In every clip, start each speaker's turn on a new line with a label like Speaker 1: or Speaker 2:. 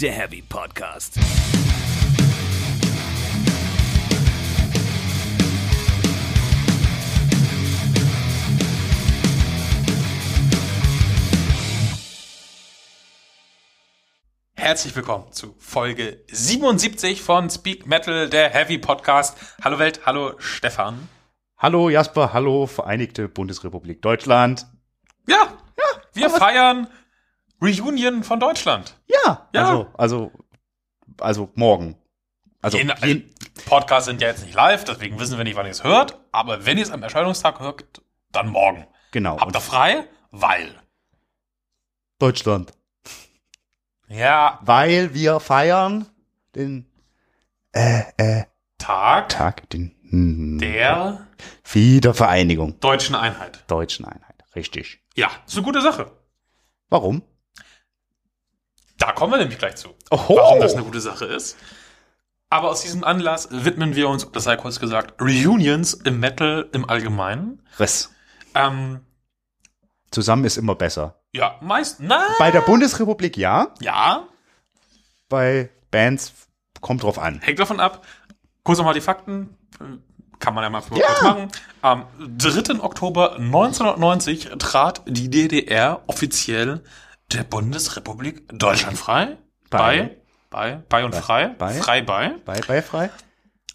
Speaker 1: der Heavy Podcast.
Speaker 2: Herzlich willkommen zu Folge 77 von Speak Metal, der Heavy Podcast. Hallo Welt, hallo Stefan.
Speaker 3: Hallo Jasper, hallo Vereinigte Bundesrepublik Deutschland.
Speaker 2: Ja, ja, wir feiern Reunion von Deutschland.
Speaker 3: Ja,
Speaker 2: Ja.
Speaker 3: Also, also, also morgen. Also,
Speaker 2: Jeden-
Speaker 3: jeden-
Speaker 2: Podcasts sind ja jetzt nicht live, deswegen wissen wir nicht, wann ihr es hört. Aber wenn ihr es am Erscheinungstag hört, dann morgen.
Speaker 3: genau.
Speaker 2: Habt ihr frei? Weil.
Speaker 3: Deutschland.
Speaker 2: Ja,
Speaker 3: Weil wir feiern den
Speaker 2: Tag
Speaker 3: Tag, den hm,
Speaker 2: der
Speaker 3: Wiedervereinigung
Speaker 2: deutschen Einheit.
Speaker 3: deutschen Einheit. Richtig.
Speaker 2: Ja, ist eine gute Sache.
Speaker 3: Warum?
Speaker 2: Da kommen wir nämlich gleich zu.
Speaker 3: Oho.
Speaker 2: Warum das eine gute Sache ist. Aber aus diesem Anlass widmen wir uns, das sei kurz gesagt, Reunions im Metal im Allgemeinen.
Speaker 3: Riss.
Speaker 2: Ähm,
Speaker 3: Zusammen ist immer besser.
Speaker 2: ja, meist, na,
Speaker 3: Bei der Bundesrepublik ja,
Speaker 2: ja,
Speaker 3: bei Bands kommt drauf an.
Speaker 2: hängt davon ab. Kurz nochmal die Fakten. äh, Kann man ja mal kurz
Speaker 3: Ja.
Speaker 2: machen. Am 3. Oktober 1990 trat die DDR offiziell der Bundesrepublik Deutschland frei.
Speaker 3: Bei.
Speaker 2: Bei, bei, bei und frei.
Speaker 3: bei.
Speaker 2: Frei bei.
Speaker 3: Bei, bei frei?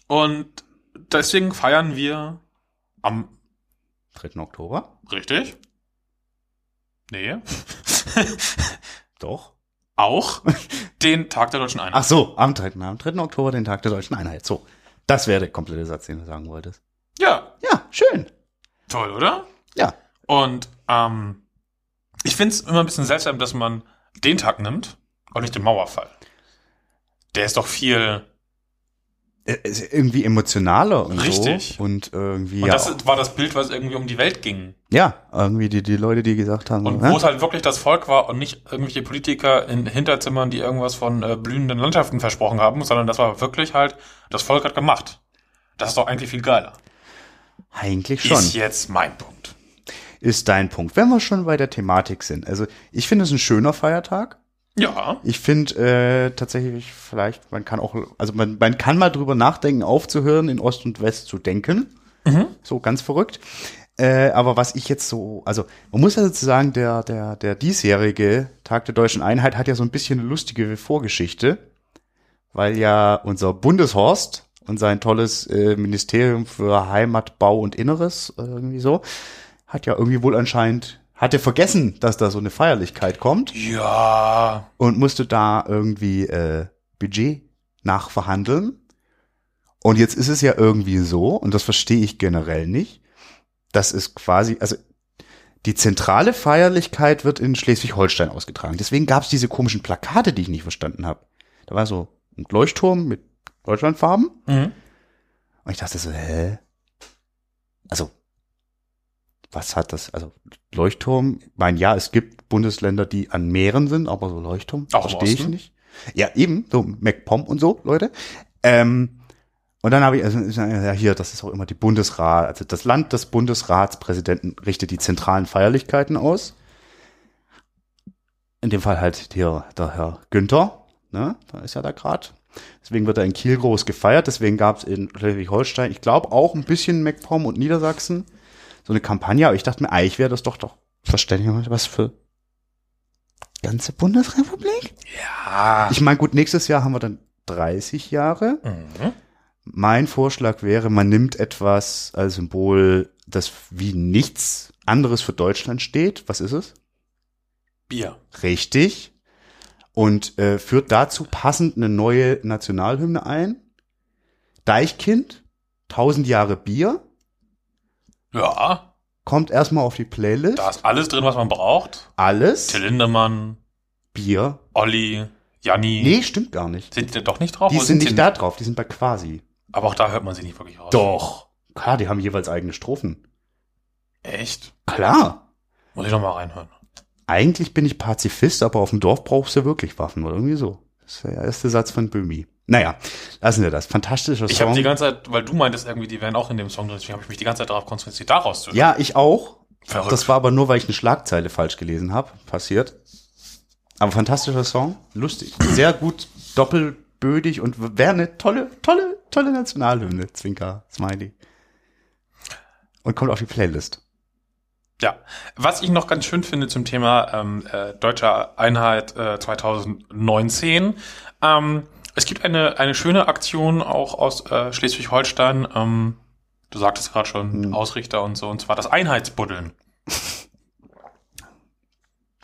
Speaker 2: Und deswegen feiern wir am
Speaker 3: 3. Oktober?
Speaker 2: Richtig. Nee.
Speaker 3: Doch.
Speaker 2: Auch den Tag der deutschen Einheit.
Speaker 3: Ach so, am 3. Am 3. Oktober, den Tag der deutschen Einheit. So, das wäre der komplette Satz, den du sagen wolltest.
Speaker 2: Ja,
Speaker 3: Ja, schön.
Speaker 2: toll, oder?
Speaker 3: Ja.
Speaker 2: Und ähm, ich find's immer ein bisschen seltsam, dass man den Tag nimmt und nicht den Mauerfall. Der ist doch viel.
Speaker 3: Äh, Ist irgendwie emotionaler und
Speaker 2: Richtig.
Speaker 3: so. Und irgendwie.
Speaker 2: Und
Speaker 3: ja,
Speaker 2: das war das Bild, was irgendwie um die Welt ging.
Speaker 3: ja, irgendwie die, die Leute, die gesagt haben. ne?
Speaker 2: Und
Speaker 3: hä?
Speaker 2: wo es halt wirklich das Volk war und nicht irgendwelche Politiker in Hinterzimmern, die irgendwas von äh, blühenden Landschaften versprochen haben, sondern das war wirklich halt, das Volk hat gemacht. Das ist doch eigentlich viel geiler.
Speaker 3: Eigentlich schon.
Speaker 2: Ist jetzt mein Punkt.
Speaker 3: Ist dein Punkt. Wenn wir schon bei der Thematik sind. Also, ich finde es ein schöner Feiertag.
Speaker 2: Ja.
Speaker 3: Ich finde äh, tatsächlich vielleicht, man kann auch, also man, man kann mal drüber nachdenken, aufzuhören, in Ost und West zu denken. So ganz verrückt. Äh, aber was ich jetzt so, also man muss ja sozusagen, der, der, der diesjährige Tag der deutschen Einheit hat ja so ein bisschen eine lustige Vorgeschichte, weil ja unser Bundeshorst und sein tolles äh, Ministerium für Heimat, Bau und Inneres, äh, irgendwie so, hat ja irgendwie wohl anscheinend, hatte vergessen, dass da so eine Feierlichkeit kommt
Speaker 2: Ja.
Speaker 3: und musste da irgendwie äh, Budget nachverhandeln. Und jetzt ist es ja irgendwie so, und das verstehe ich generell nicht, dass es quasi, also die zentrale Feierlichkeit wird in Schleswig-Holstein ausgetragen. Deswegen gab es diese komischen Plakate, die ich nicht verstanden habe. Da war so ein Leuchtturm mit Deutschlandfarben.
Speaker 2: Mhm.
Speaker 3: Und ich dachte so, hä? Also, was hat das? Also, Leuchtturm, ich meine, ja, es gibt Bundesländer, die an Meeren sind, aber so Leuchtturm,
Speaker 2: Auch im
Speaker 3: verstehe ich
Speaker 2: Osten?
Speaker 3: nicht. Ja, eben, so MacPom und so, Leute. Ähm, und dann habe ich, also, ja, hier, das ist auch immer die Bundesrat, also das Land des Bundesratspräsidenten richtet die zentralen Feierlichkeiten aus. In dem Fall halt hier der Herr Günther, ne? Da ist ja da gerade. Deswegen wird er in Kiel groß gefeiert. Deswegen gab es in Schleswig-Holstein, ich glaube auch ein bisschen MacPom und Niedersachsen, so eine Kampagne. Aber ich dachte mir, eigentlich wäre das doch doch verständlich, was für ganze Bundesrepublik?
Speaker 2: Ja.
Speaker 3: Ich meine, gut, nächstes Jahr haben wir dann 30 Jahre.
Speaker 2: Mhm.
Speaker 3: Mein Vorschlag wäre, man nimmt etwas als Symbol, das wie nichts anderes für Deutschland steht. Was ist es?
Speaker 2: Bier.
Speaker 3: Richtig. Und äh, führt dazu passend eine neue Nationalhymne ein. Deichkind, 1000 Jahre Bier,
Speaker 2: Ja.
Speaker 3: kommt erstmal auf die Playlist.
Speaker 2: Da ist alles drin, was man braucht.
Speaker 3: Alles
Speaker 2: Till Lindemann,
Speaker 3: Bier.
Speaker 2: Olli, Janni.
Speaker 3: Nee, stimmt gar nicht.
Speaker 2: Sind die doch nicht drauf?
Speaker 3: Die
Speaker 2: Oder
Speaker 3: sind
Speaker 2: sie-
Speaker 3: nicht da drauf, die sind bei quasi.
Speaker 2: Aber auch da hört man sie nicht wirklich raus.
Speaker 3: Doch. Klar, die haben jeweils eigene Strophen.
Speaker 2: Echt?
Speaker 3: Klar.
Speaker 2: Muss ich noch mal reinhören.
Speaker 3: Eigentlich bin ich Pazifist, aber auf dem Dorf brauchst du wirklich Waffen oder irgendwie so. Das ist der erste Satz von Böhmi. Naja, lassen wir das. Fantastischer
Speaker 2: Ich
Speaker 3: Song.
Speaker 2: habe die ganze Zeit, weil du meintest irgendwie, die wären auch in dem Song drin, deswegen habe ich mich die ganze Zeit darauf konzentriert, daraus zu
Speaker 3: ja, ich auch.
Speaker 2: Verrückt.
Speaker 3: Das war aber nur, weil ich eine Schlagzeile falsch gelesen habe. Passiert. Aber fantastischer Song, lustig, sehr gut, doppelbödig und wäre eine tolle, tolle, tolle Nationalhymne, Zwinker, Smiley. Und kommt auf die Playlist.
Speaker 2: Ja, was ich noch ganz schön finde zum Thema ähm, äh, Deutscher Einheit äh, 2019. Ähm, es gibt eine, eine schöne Aktion auch aus äh, Schleswig-Holstein. Ähm, du sagtest gerade schon Ausrichter und so, und zwar das Einheitsbuddeln.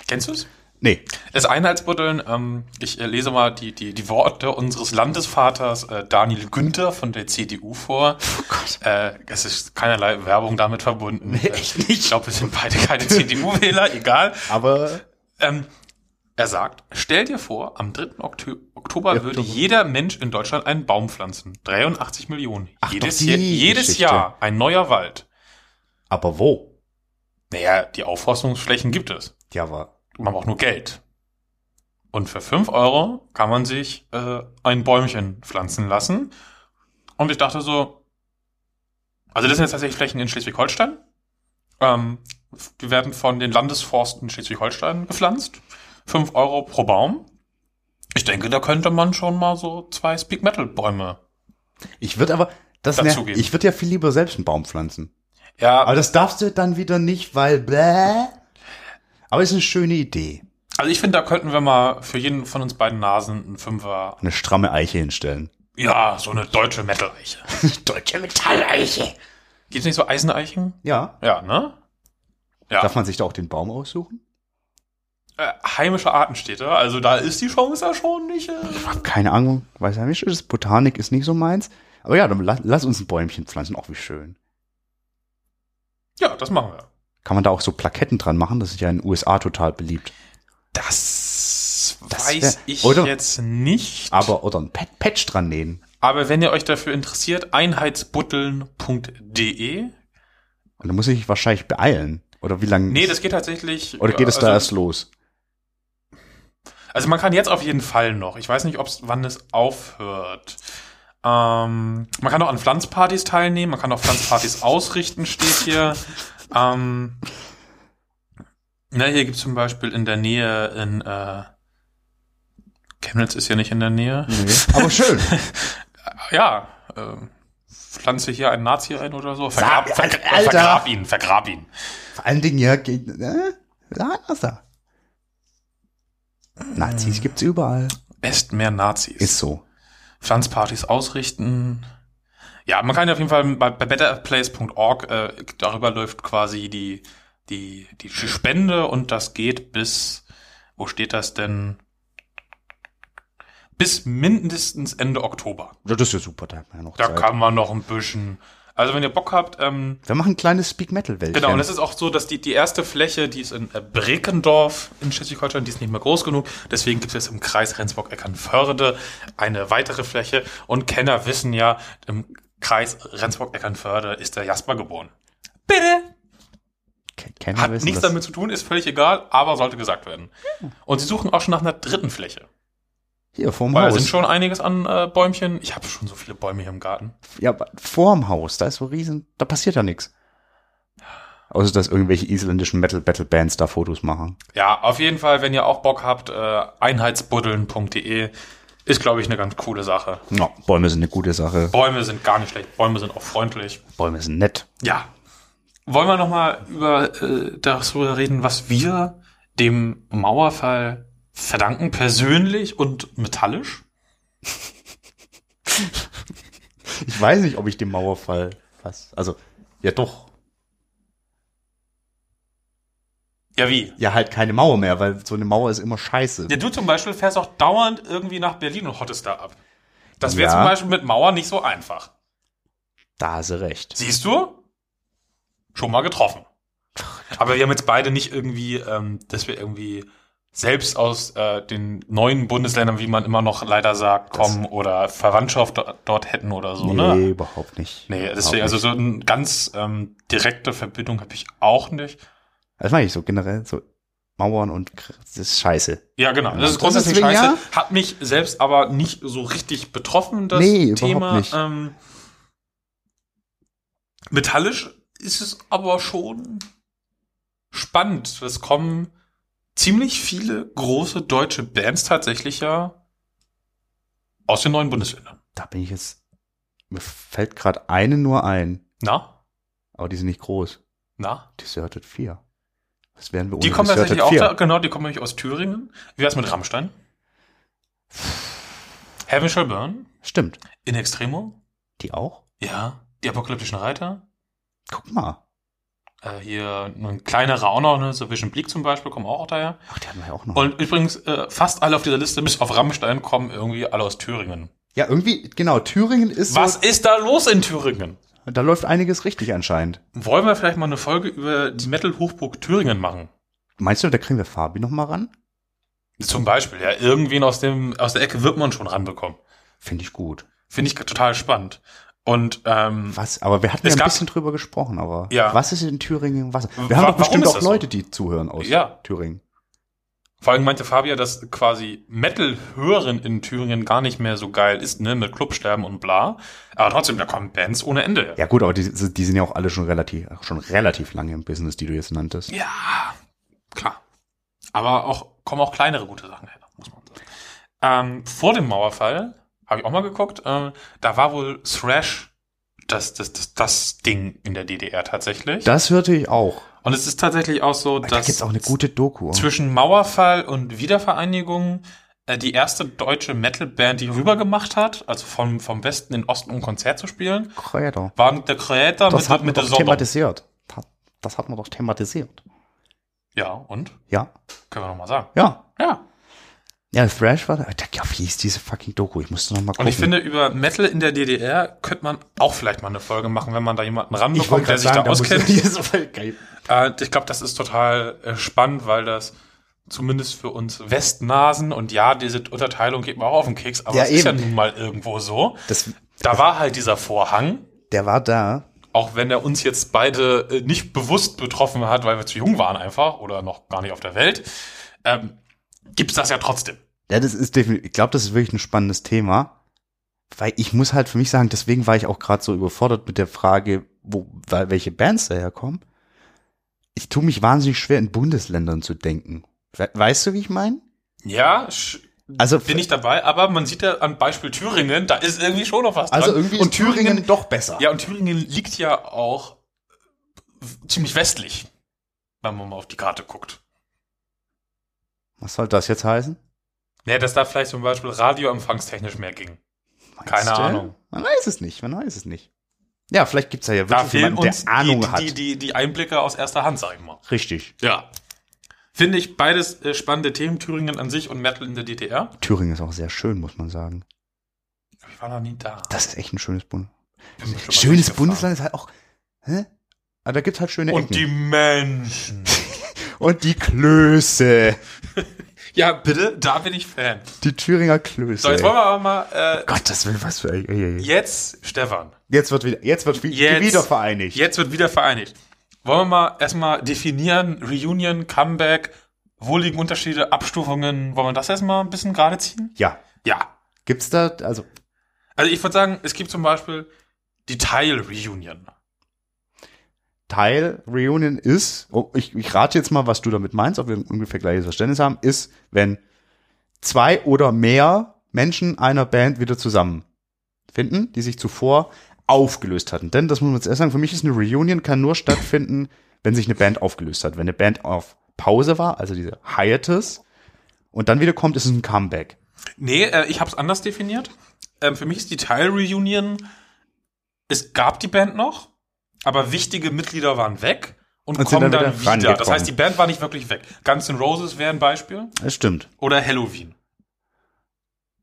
Speaker 2: Kennst du's?
Speaker 3: Nee,
Speaker 2: Das Einheitsbuddeln, ähm, ich äh, lese mal die, die, die Worte unseres Landesvaters äh, Daniel Günther von der CDU vor.
Speaker 3: Oh
Speaker 2: Äh, es ist keinerlei Werbung damit verbunden.
Speaker 3: Nee, echt nicht.
Speaker 2: Äh, Ich glaube, wir sind beide keine CDU-Wähler, egal.
Speaker 3: aber
Speaker 2: Ähm, er sagt, stell dir vor, am 3. Okto Oktober würde jeder Mensch in Deutschland einen Baum pflanzen. 83 Millionen. jedes
Speaker 3: doch, die
Speaker 2: Jahr, jedes
Speaker 3: Geschichte.
Speaker 2: Jahr ein neuer Wald.
Speaker 3: aber wo?
Speaker 2: Naja, die Aufforstungsflächen gibt es.
Speaker 3: Ja, aber
Speaker 2: man braucht nur Geld. Und für 5 Euro kann man sich äh, ein Bäumchen pflanzen lassen. Und ich dachte so, also das sind jetzt tatsächlich Flächen in Schleswig-Holstein. Ähm, die werden von den Landesforsten Schleswig-Holstein gepflanzt. 5 Euro pro Baum. Ich denke, da könnte man schon mal so zwei Speak-Metal-Bäume.
Speaker 3: ich würde aber, das
Speaker 2: Dazu
Speaker 3: ne,
Speaker 2: geben.
Speaker 3: ich würde ja viel lieber selbst einen Baum pflanzen.
Speaker 2: Ja,
Speaker 3: Aber das darfst du dann wieder nicht, weil bläh. Aber ist eine schöne Idee.
Speaker 2: also ich finde, da könnten wir mal für jeden von uns beiden Nasen einen Fünfer,
Speaker 3: Eine stramme Eiche hinstellen.
Speaker 2: ja, so eine deutsche Metal-Eiche.
Speaker 3: Deutsche Metalleiche.
Speaker 2: Gibt's nicht so Eiseneichen?
Speaker 3: Ja.
Speaker 2: Ja, ne? Ja.
Speaker 3: Darf man sich da auch den Baum aussuchen?
Speaker 2: Äh, heimische Artenstädte, also da ist die Chance ja schon nicht. Äh.
Speaker 3: Ich hab keine Ahnung. Weiß ja nicht, das Botanik ist nicht so meins. Aber ja, dann la lass uns ein Bäumchen pflanzen. Auch wie schön.
Speaker 2: Ja, das machen wir.
Speaker 3: Kann man da auch so Plaketten dran machen? Das ist ja in den USA total beliebt.
Speaker 2: Das,
Speaker 3: Das
Speaker 2: weiß
Speaker 3: wär-
Speaker 2: ich
Speaker 3: oder?
Speaker 2: jetzt nicht.
Speaker 3: Aber, oder ein Pat Patch dran nähen.
Speaker 2: Aber wenn ihr euch dafür interessiert, einheitsbutteln.de.
Speaker 3: Und dann muss ich mich wahrscheinlich beeilen. Oder wie lange?
Speaker 2: Nee, das geht tatsächlich.
Speaker 3: oder geht es da erst
Speaker 2: also,
Speaker 3: los?
Speaker 2: Also man kann jetzt auf jeden Fall noch. Ich weiß nicht, ob's, wann es aufhört. Ähm, man kann auch an Pflanzpartys teilnehmen, man kann auch Pflanzpartys ausrichten, steht hier. Ähm, na, hier gibt's zum Beispiel in der Nähe in äh, Chemnitz ist ja nicht in der Nähe.
Speaker 3: Nee. Aber schön.
Speaker 2: Ja, ähm, pflanze hier einen Nazi ein oder so. Vergrab,
Speaker 3: Sag-
Speaker 2: vergra
Speaker 3: Alter!
Speaker 2: vergrab ihn, vergrab ihn.
Speaker 3: Vor allen Dingen ja gegen. Äh, da ist er. Nazis gibt's überall.
Speaker 2: Esst mehr Nazis.
Speaker 3: Ist so.
Speaker 2: Pflanzpartys ausrichten. Ja, man kann auf jeden Fall bei, bei betterplace.org, äh, darüber läuft quasi die, die, die Spende und das geht bis, wo steht das denn? Bis mindestens Ende Oktober.
Speaker 3: Ja, das ist ja super, da hat man ja noch
Speaker 2: Da
Speaker 3: Zeit.
Speaker 2: kann man noch ein bisschen. Also wenn ihr Bock habt, ähm,
Speaker 3: Wir machen ein kleines Speak Metal Welt.
Speaker 2: Genau, und es ist auch so, dass die, die erste Fläche, die ist in äh, Brickendorf in Schleswig-Holstein, die ist nicht mehr groß genug. Deswegen gibt es jetzt im Kreis Rendsburg-Eckernförde eine weitere Fläche. Und Kenner wissen ja, im Kreis Rendsburg-Eckernförde ist der Jasper geboren. Bitte!
Speaker 3: Kenner
Speaker 2: Hat
Speaker 3: wissen
Speaker 2: nichts
Speaker 3: das.
Speaker 2: damit zu tun, ist völlig egal, aber sollte gesagt werden. Und sie suchen auch schon nach einer dritten Fläche.
Speaker 3: Hier vorm
Speaker 2: Weil da
Speaker 3: Haus.
Speaker 2: sind schon einiges an äh, Bäumchen. Ich habe schon so viele Bäume hier im Garten.
Speaker 3: Ja, aber vorm Haus, da ist so riesen, da passiert ja nichts. Außer dass irgendwelche isländischen Metal Battle Bands da Fotos machen.
Speaker 2: Ja, auf jeden Fall, wenn ihr auch Bock habt, äh, einheitsbuddeln.de ist, glaube ich, eine ganz coole Sache.
Speaker 3: Ja, Bäume sind eine gute Sache.
Speaker 2: Bäume sind gar nicht schlecht. Bäume sind auch freundlich.
Speaker 3: Bäume sind nett.
Speaker 2: Ja. Wollen wir nochmal über äh, darüber reden, was wir dem Mauerfall verdanken, persönlich und metallisch?
Speaker 3: Ich weiß nicht, ob ich den Mauerfall was. Also, ja doch.
Speaker 2: Ja, wie?
Speaker 3: Ja, halt keine Mauer mehr, weil so eine Mauer ist immer scheiße.
Speaker 2: Ja, du zum Beispiel fährst auch dauernd irgendwie nach Berlin und hottest da ab. Das wäre
Speaker 3: Ja.
Speaker 2: zum Beispiel mit Mauer nicht so einfach.
Speaker 3: Da hast du recht.
Speaker 2: Siehst du? Schon mal getroffen. Aber wir haben jetzt beide nicht irgendwie, ähm, dass wir irgendwie selbst aus äh, den neuen Bundesländern, wie man immer noch leider sagt, kommen oder Verwandtschaft do dort hätten oder so,
Speaker 3: Nee,
Speaker 2: ne?
Speaker 3: überhaupt nicht.
Speaker 2: Nee,
Speaker 3: Überhaupt
Speaker 2: deswegen, also
Speaker 3: nicht.
Speaker 2: so eine ganz ähm, direkte Verbindung habe ich auch nicht.
Speaker 3: Das meine ich so generell, so Mauern und Kr- das ist scheiße.
Speaker 2: Ja, genau.
Speaker 3: Ja.
Speaker 2: Das ist grundsätzlich
Speaker 3: Deswegen,
Speaker 2: scheiße. Hat mich selbst aber nicht so richtig betroffen, das
Speaker 3: Nee, überhaupt
Speaker 2: Thema.
Speaker 3: nicht.
Speaker 2: Ähm, metallisch ist es aber schon spannend. Es kommen ziemlich viele große deutsche Bands tatsächlich ja aus den neuen Bundesländern.
Speaker 3: Da bin ich jetzt. Mir fällt gerade eine nur ein,
Speaker 2: Na?
Speaker 3: aber die sind nicht groß.
Speaker 2: Na?
Speaker 3: Deserted 4. Was wären wir
Speaker 2: Die
Speaker 3: ohne
Speaker 2: kommen
Speaker 3: Deserted
Speaker 2: tatsächlich auch
Speaker 3: 4?
Speaker 2: da, genau, die kommen nämlich aus Thüringen. Wie wär's mit Rammstein? Heaven Shall Burn,
Speaker 3: Stimmt.
Speaker 2: In Extremo,
Speaker 3: Die auch?
Speaker 2: ja, die apokalyptischen Reiter,
Speaker 3: Guck mal.
Speaker 2: äh, hier ein kleinerer auch noch, ne, so Vision Bleak zum Beispiel, kommen auch daher.
Speaker 3: Ach, die hatten wir ja auch noch.
Speaker 2: Und übrigens, äh, fast alle auf dieser Liste, bis auf Rammstein, kommen irgendwie alle aus Thüringen.
Speaker 3: ja, irgendwie, genau, Thüringen ist
Speaker 2: Was ist da los in Thüringen?
Speaker 3: so. Da läuft einiges richtig anscheinend.
Speaker 2: Wollen wir vielleicht mal eine Folge über die Metal-Hochburg Thüringen machen?
Speaker 3: Meinst du, da kriegen wir Fabi noch mal ran?
Speaker 2: Zum Beispiel, ja, irgendwen aus, dem, aus der Ecke wird man schon ranbekommen.
Speaker 3: Finde ich gut.
Speaker 2: Finde ich total spannend. Und ähm,
Speaker 3: Was? Aber wir hatten
Speaker 2: Es
Speaker 3: ja ein
Speaker 2: gab-
Speaker 3: bisschen drüber gesprochen, aber
Speaker 2: Ja.
Speaker 3: was ist in Thüringen was?
Speaker 2: Wa-
Speaker 3: Wir haben
Speaker 2: warum
Speaker 3: doch bestimmt
Speaker 2: ist
Speaker 3: auch
Speaker 2: das so?
Speaker 3: Leute, die zuhören aus
Speaker 2: Ja.
Speaker 3: Thüringen.
Speaker 2: vor allem meinte Fabia, dass quasi Metal hören in Thüringen gar nicht mehr so geil ist, ne, mit Clubsterben und bla. Aber trotzdem, da kommen Bands ohne Ende.
Speaker 3: Ja gut, aber die, die sind ja auch alle schon relativ, schon relativ lange im Business, die du jetzt nanntest.
Speaker 2: Ja, klar. Aber auch kommen auch kleinere gute Sachen her, muss man sagen. Ähm, vor dem Mauerfall habe ich auch mal geguckt. Äh, da war wohl Thrash das, das, das, das Ding in der DDR tatsächlich.
Speaker 3: Das hörte ich auch.
Speaker 2: Und es ist tatsächlich auch so,
Speaker 3: Da
Speaker 2: dass
Speaker 3: gibt's auch eine gute Doku.
Speaker 2: zwischen Mauerfall und Wiedervereinigung äh, die erste deutsche Metalband, die rübergemacht hat, also vom, vom Westen in den Osten, um Konzert zu spielen,
Speaker 3: Kräuter.
Speaker 2: waren der Creator
Speaker 3: Das hat man
Speaker 2: mit der
Speaker 3: doch
Speaker 2: Sonne.
Speaker 3: thematisiert. Hat- Das hat man doch thematisiert.
Speaker 2: Ja, und?
Speaker 3: Ja,
Speaker 2: Können wir nochmal sagen.
Speaker 3: ja.
Speaker 2: Ja.
Speaker 3: Ja, Thrash war da. Alter, Ja, wie hieß diese fucking Doku? Ich musste noch mal gucken.
Speaker 2: Und ich finde, über Metal in der DDR könnte man auch vielleicht mal eine Folge machen, wenn man da jemanden ranbekommt, der sich da auskennt.
Speaker 3: Da muss, voll geil.
Speaker 2: Äh, ich glaube, das ist total äh, spannend, weil das zumindest für uns Westnasen und ja, diese Unterteilung geht mir auch auf den Keks, aber
Speaker 3: Ja,
Speaker 2: es ist ja
Speaker 3: eben.
Speaker 2: nun mal irgendwo so.
Speaker 3: Das,
Speaker 2: Da war halt dieser Vorhang,
Speaker 3: der war da.
Speaker 2: auch wenn er uns jetzt beide äh, nicht bewusst betroffen hat, weil wir zu jung waren einfach oder noch gar nicht auf der Welt, ähm, gibt's das ja trotzdem.
Speaker 3: Ja, das ist definitiv. Ich glaube, das ist wirklich ein spannendes Thema. Weil ich muss halt für mich sagen, deswegen war ich auch gerade so überfordert mit der Frage, wo, weil welche Bands daherkommen. Ich tue mich wahnsinnig schwer, in Bundesländern zu denken. We weißt du, wie ich meine?
Speaker 2: Ja, sch-
Speaker 3: Also,
Speaker 2: bin ich dabei, aber man sieht ja am Beispiel Thüringen, da ist irgendwie schon noch was
Speaker 3: also
Speaker 2: dran.
Speaker 3: irgendwie
Speaker 2: und Thüringen,
Speaker 3: doch besser.
Speaker 2: ja, und Thüringen liegt ja auch w- ziemlich westlich, wenn man mal auf die Karte guckt.
Speaker 3: Was soll das jetzt heißen?
Speaker 2: Naja, dass da vielleicht zum Beispiel radioempfangstechnisch mehr ging.
Speaker 3: Meinst
Speaker 2: Keine
Speaker 3: du?
Speaker 2: Ahnung.
Speaker 3: Man weiß es nicht, man weiß es nicht. Ja, vielleicht gibt's ja, ja
Speaker 2: Da
Speaker 3: wirklich
Speaker 2: fehlen
Speaker 3: jemanden, der
Speaker 2: uns
Speaker 3: Ahnung
Speaker 2: die,
Speaker 3: hat.
Speaker 2: die, die, die Einblicke aus erster Hand, sag ich mal.
Speaker 3: Richtig.
Speaker 2: Ja. Finde ich beides äh, spannende Themen, Thüringen an sich und Metal in der DDR.
Speaker 3: Thüringen ist auch sehr schön, muss man sagen.
Speaker 2: Ich war noch nie da.
Speaker 3: Das ist echt ein schönes Bund.
Speaker 2: Bin schon mal
Speaker 3: Schönes
Speaker 2: durchgefahren.
Speaker 3: Bundesland ist halt auch. Hä? Aber da gibt's halt schöne
Speaker 2: Und die
Speaker 3: Ecken.
Speaker 2: Menschen.
Speaker 3: Und die Klöße.
Speaker 2: ja, bitte, da bin ich Fan.
Speaker 3: Die Thüringer Klöße.
Speaker 2: So, jetzt wollen wir aber mal äh,
Speaker 3: Gottes Willen, was für ey, ey, ey.
Speaker 2: Jetzt, Stefan,
Speaker 3: Jetzt wird wieder, jetzt wird
Speaker 2: Jetzt.
Speaker 3: wieder, wieder vereinigt.
Speaker 2: jetzt wird wieder vereinigt. Wollen wir mal erstmal definieren, Reunion, Comeback, wo liegen Unterschiede, Abstufungen, wollen wir das erstmal ein bisschen gerade ziehen?
Speaker 3: Ja.
Speaker 2: Ja.
Speaker 3: Gibt's da, also,
Speaker 2: Also ich würde sagen, es gibt zum Beispiel die Teil-Reunion.
Speaker 3: Teil Reunion ist, oh, ich, ich rate jetzt mal, was du damit meinst, ob wir ein ungefähr gleiches Verständnis haben, ist, wenn zwei oder mehr Menschen einer Band wieder zusammenfinden, die sich zuvor aufgelöst hatten. Denn das muss man zuerst sagen, für mich ist eine Reunion kann nur stattfinden, wenn sich eine Band aufgelöst hat. Wenn eine Band auf Pause war, also diese Hiatus, und dann wieder kommt, ist es ein Comeback.
Speaker 2: Nee, äh, ich habe es anders definiert. Ähm, für mich ist die Teil-Reunion, es gab die Band noch, aber wichtige Mitglieder waren weg und,
Speaker 3: Und sind
Speaker 2: kommen
Speaker 3: dann
Speaker 2: dann
Speaker 3: wieder
Speaker 2: wieder. Das
Speaker 3: rangekommen.
Speaker 2: heißt, die Band war nicht wirklich weg. Guns N' Roses wäre ein Beispiel.
Speaker 3: Das stimmt.
Speaker 2: oder Halloween.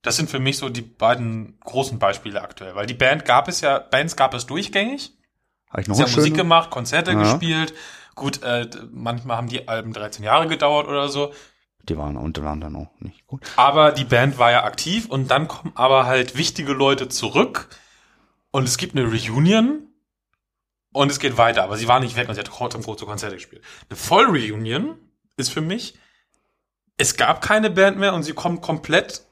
Speaker 2: Das sind für mich so die beiden großen Beispiele aktuell, weil die Band gab es ja, Bands gab es durchgängig.
Speaker 3: Habe ich noch
Speaker 2: Sie
Speaker 3: einen
Speaker 2: haben Musik
Speaker 3: schönen?
Speaker 2: gemacht, Konzerte
Speaker 3: Ja.
Speaker 2: gespielt. Gut, äh, d- manchmal haben die Alben 13 Jahre gedauert oder so.
Speaker 3: Die waren unter anderem auch nicht gut.
Speaker 2: Aber die Band war ja aktiv und dann kommen aber halt wichtige Leute zurück und es gibt eine Reunion und es geht weiter. Aber sie war nicht weg und sie hat trotzdem große Konzerte gespielt. Eine Vollreunion ist für mich, es gab keine Band mehr und sie kommt komplett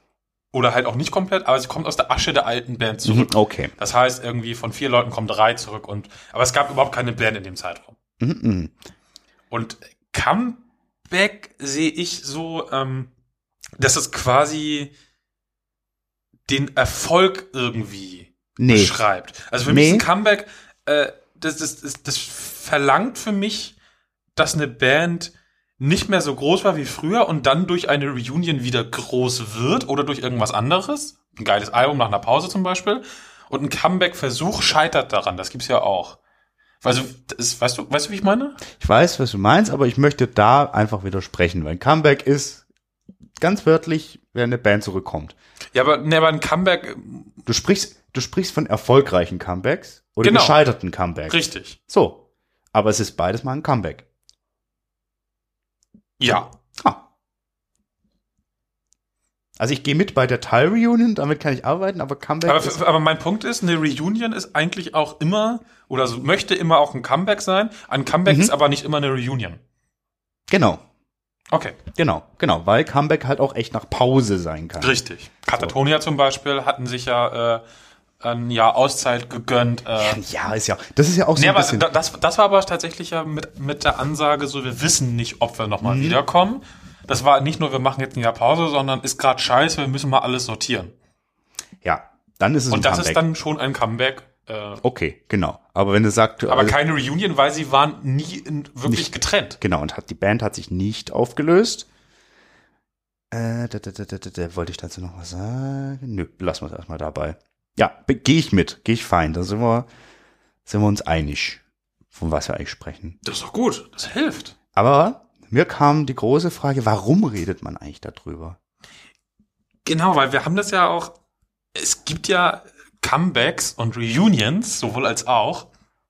Speaker 2: oder halt auch nicht komplett, aber sie kommt aus der Asche der alten Band
Speaker 3: Mhm.
Speaker 2: zurück.
Speaker 3: Okay.
Speaker 2: Das heißt, irgendwie von vier Leuten kommen drei zurück und, aber es gab überhaupt keine Band in dem Zeitraum.
Speaker 3: Mhm.
Speaker 2: Und Comeback Feedback sehe ich so, ähm, dass es quasi den Erfolg irgendwie
Speaker 3: Nee.
Speaker 2: beschreibt. Also für
Speaker 3: Nee.
Speaker 2: mich ist ein Comeback, äh, das, das, das, das verlangt für mich, dass eine Band nicht mehr so groß war wie früher und dann durch eine Reunion wieder groß wird oder durch irgendwas anderes. Ein geiles Album nach einer Pause zum Beispiel. Und ein Comeback-Versuch scheitert daran. Das gibt's ja auch. Also, das, weißt du, weißt du, wie ich meine?
Speaker 3: Ich weiß, was du meinst, aber ich möchte da einfach widersprechen, weil ein Comeback ist ganz wörtlich, wenn eine Band zurückkommt.
Speaker 2: Ja, aber, nee, aber ein Comeback, äh,
Speaker 3: Du sprichst, du sprichst von erfolgreichen Comebacks oder
Speaker 2: Genau.
Speaker 3: gescheiterten Comebacks.
Speaker 2: richtig.
Speaker 3: So. Aber es ist beides mal ein Comeback.
Speaker 2: Ja.
Speaker 3: Ah. Also ich gehe mit bei der Teil Reunion, damit kann ich arbeiten, aber Comeback
Speaker 2: Aber,
Speaker 3: ist,
Speaker 2: f- aber mein Punkt ist, eine Reunion ist eigentlich auch immer, oder so, möchte immer auch ein Comeback sein. Ein Comeback
Speaker 3: Mhm.
Speaker 2: ist aber nicht immer eine Reunion.
Speaker 3: genau,
Speaker 2: Okay,
Speaker 3: genau, genau, weil Comeback halt auch echt nach Pause sein kann.
Speaker 2: richtig. Katatonia zum Beispiel hatten sich ja äh, ein Jahr Auszeit gegönnt. Äh,
Speaker 3: Ja, ist ja, das ist ja auch so
Speaker 2: nee,
Speaker 3: ein
Speaker 2: aber
Speaker 3: bisschen.
Speaker 2: da- das, das war aber tatsächlich ja mit, mit der Ansage so, wir wissen nicht, ob wir nochmal
Speaker 3: Mhm.
Speaker 2: mal wiederkommen. Das war nicht nur, wir machen jetzt ein Jahr Pause, sondern ist gerade scheiße, wir müssen mal alles sortieren.
Speaker 3: ja, dann ist es ein
Speaker 2: Und das
Speaker 3: Comeback.
Speaker 2: ist dann schon ein Comeback. Äh,
Speaker 3: okay, genau. Aber wenn du sagst,
Speaker 2: aber
Speaker 3: also-
Speaker 2: keine Reunion, weil sie waren nie in, wirklich
Speaker 3: Nicht.
Speaker 2: getrennt.
Speaker 3: Genau, und hat, die Band hat sich nicht aufgelöst. Äh, da, da, da, da, da, da, wollte ich dazu noch was sagen? Nö, lassen wir es erstmal dabei. Ja, gehe ich mit, gehe ich fein. Da sind wir, sind wir uns einig, von was wir eigentlich sprechen.
Speaker 2: Das ist doch gut, das hilft.
Speaker 3: Aber mir kam die große Frage, warum redet man eigentlich darüber?
Speaker 2: Genau, weil wir haben das ja auch, es gibt ja Comebacks und Reunions, sowohl als auch,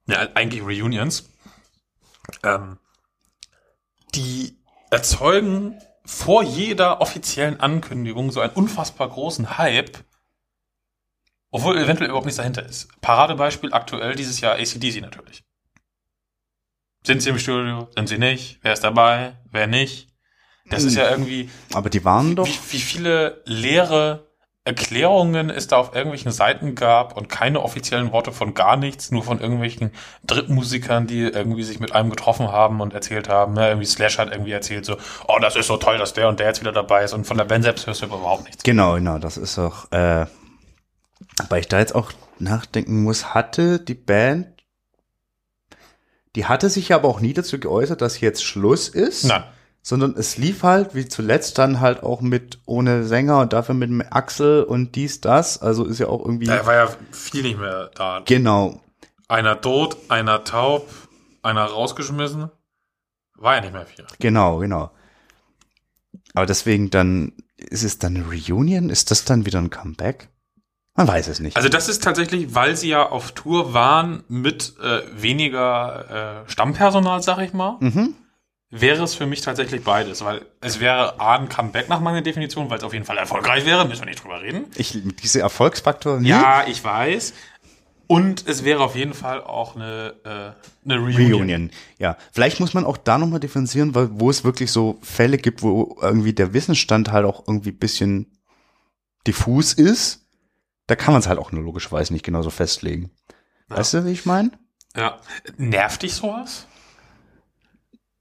Speaker 2: ja, eigentlich Reunions, ähm, die erzeugen vor jeder offiziellen Ankündigung so einen unfassbar großen Hype, obwohl eventuell überhaupt nichts dahinter ist. Paradebeispiel aktuell dieses Jahr ACDC natürlich. Sind sie im Studio? Sind sie nicht? Wer ist dabei? Wer nicht? Das ist ja irgendwie,
Speaker 3: Aber die waren doch,
Speaker 2: wie, wie viele leere Erklärungen es da auf irgendwelchen Seiten gab und keine offiziellen Worte von gar nichts, nur von irgendwelchen Drittmusikern, die irgendwie sich mit einem getroffen haben und erzählt haben. Ne? Irgendwie Slash hat irgendwie erzählt so, oh, das ist so toll, dass der und der jetzt wieder dabei ist und von der Band selbst hörst du überhaupt nichts.
Speaker 3: genau, genau, das ist doch, äh, weil ich da jetzt auch nachdenken muss, hatte die Band, die hatte sich ja aber auch nie dazu geäußert, dass jetzt Schluss ist.
Speaker 2: Nein.
Speaker 3: sondern es lief halt wie zuletzt dann halt auch mit ohne Sänger und dafür mit Axel und dies, das. Also ist ja auch irgendwie.
Speaker 2: Da war ja viel nicht mehr da.
Speaker 3: Genau.
Speaker 2: Einer tot, einer taub, einer rausgeschmissen. War ja nicht mehr viel.
Speaker 3: Genau, genau. Aber deswegen dann, ist es dann eine Reunion? Ist das dann wieder ein Comeback? Man weiß es nicht.
Speaker 2: Also das ist tatsächlich, weil sie ja auf Tour waren mit äh, weniger äh, Stammpersonal, sag ich mal,
Speaker 3: mhm.
Speaker 2: wäre es für mich tatsächlich beides, weil es wäre A ein Comeback nach meiner Definition, weil es auf jeden Fall erfolgreich wäre, müssen wir nicht drüber reden.
Speaker 3: Ich, diese Erfolgsfaktoren.
Speaker 2: Ja, ich weiß. Und es wäre auf jeden Fall auch eine, äh, eine Reunion.
Speaker 3: Reunion. Ja, vielleicht muss man auch da nochmal differenzieren, weil wo es wirklich so Fälle gibt, wo irgendwie der Wissensstand halt auch irgendwie ein bisschen diffus ist, da kann man es halt auch nur logischerweise nicht genauso festlegen.
Speaker 2: Ja.
Speaker 3: Weißt du, wie ich meine?
Speaker 2: Ja. Nervt dich sowas?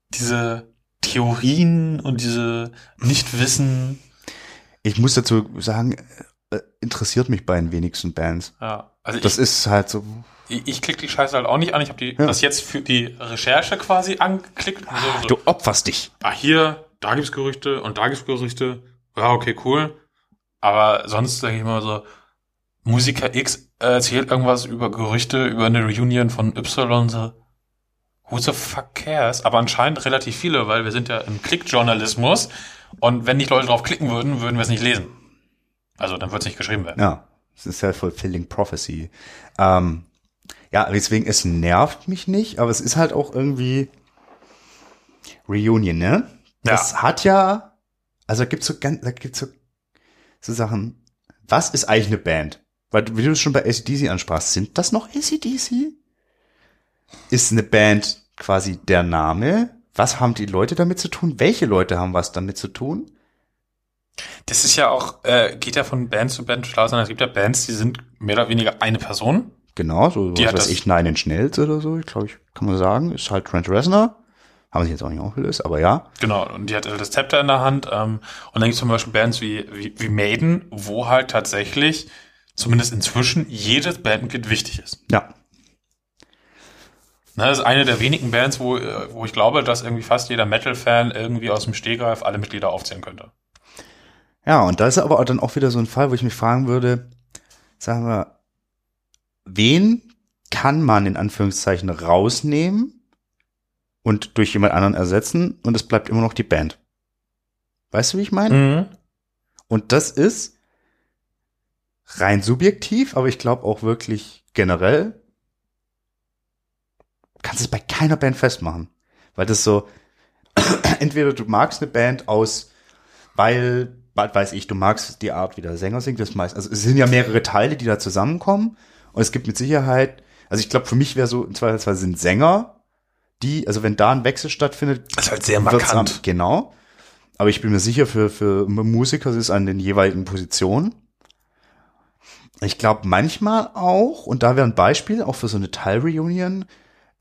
Speaker 2: Diese Theorien und diese Nichtwissen.
Speaker 3: Ich muss dazu sagen, äh, interessiert mich bei den wenigsten Bands.
Speaker 2: Ja. Also
Speaker 3: Das ist halt so,
Speaker 2: Ich, ich klicke die Scheiße halt auch nicht an. Ich habe die
Speaker 3: Ja.
Speaker 2: das jetzt für die Recherche quasi angeklickt. Und so, so.
Speaker 3: du opferst dich.
Speaker 2: Ah, hier, da gibt's Gerüchte und da gibt's Gerüchte. Ja, okay, cool. Aber sonst denke ich mal so, Musiker X erzählt irgendwas über Gerüchte, über eine Reunion von Y. So, who the fuck cares? Aber anscheinend relativ viele, weil wir sind ja im Klickjournalismus. Und wenn nicht Leute drauf klicken würden, würden wir es nicht lesen. Also dann wird's nicht geschrieben werden.
Speaker 3: Ja, es ist self-fulfilling prophecy. Ähm, ja, deswegen, es nervt mich nicht, aber es ist halt auch irgendwie Reunion, ne?
Speaker 2: Ja.
Speaker 3: Das hat ja, also da gibt's so ganz, da gibt's so, so Sachen. Was ist eigentlich eine Band? Weil, du- wie du es schon bei ACDC ansprachst, sind das noch ACDC? Ist eine Band quasi der Name? Was haben die Leute damit zu tun? Welche Leute haben was damit zu tun?
Speaker 2: Das ist ja auch, äh, geht ja von Band zu Band klar sein. Es gibt ja Bands, die sind mehr oder weniger eine Person.
Speaker 3: Genau, so
Speaker 2: Die
Speaker 3: was
Speaker 2: hat
Speaker 3: weiß
Speaker 2: das-
Speaker 3: ich, Nine Inch Nails oder so, ich glaube, ich kann man sagen, ist halt Trent Reznor. Haben sie jetzt auch nicht aufgelöst, aber ja.
Speaker 2: Genau, und die hat halt das Zepter in der Hand. Ähm, und dann gibt es zum Beispiel Bands wie, wie, wie Maiden, wo halt tatsächlich, zumindest inzwischen, jedes Bandmitglied wichtig ist.
Speaker 3: Ja.
Speaker 2: Ne, das ist eine der wenigen Bands, wo, äh, wo ich glaube, dass irgendwie fast jeder Metal-Fan irgendwie aus dem Stegreif alle Mitglieder aufzählen könnte.
Speaker 3: Ja, und da ist aber auch dann auch wieder so ein Fall, wo ich mich fragen würde, sagen wir, wen kann man in Anführungszeichen rausnehmen und durch jemand anderen ersetzen und es bleibt immer noch die Band? Weißt du, wie ich meine?
Speaker 2: Mhm.
Speaker 3: Und das ist rein subjektiv, aber ich glaube auch wirklich generell, kannst es bei keiner Band festmachen. Weil das so, entweder du magst eine Band aus, weil, was weiß ich, du magst die Art, wie der Sänger singt, das meist, also es sind ja mehrere Teile, die da zusammenkommen und es gibt mit Sicherheit, also ich glaube, für mich wäre so, im Zweifelsfall sind Sänger, die, also wenn da ein Wechsel stattfindet,
Speaker 2: Das ist halt sehr
Speaker 3: wird's am- Genau. Aber ich bin mir sicher, für, für Musiker ist es an den jeweiligen Positionen. Ich glaube manchmal auch, und da wäre ein Beispiel, auch für so eine Teilreunion,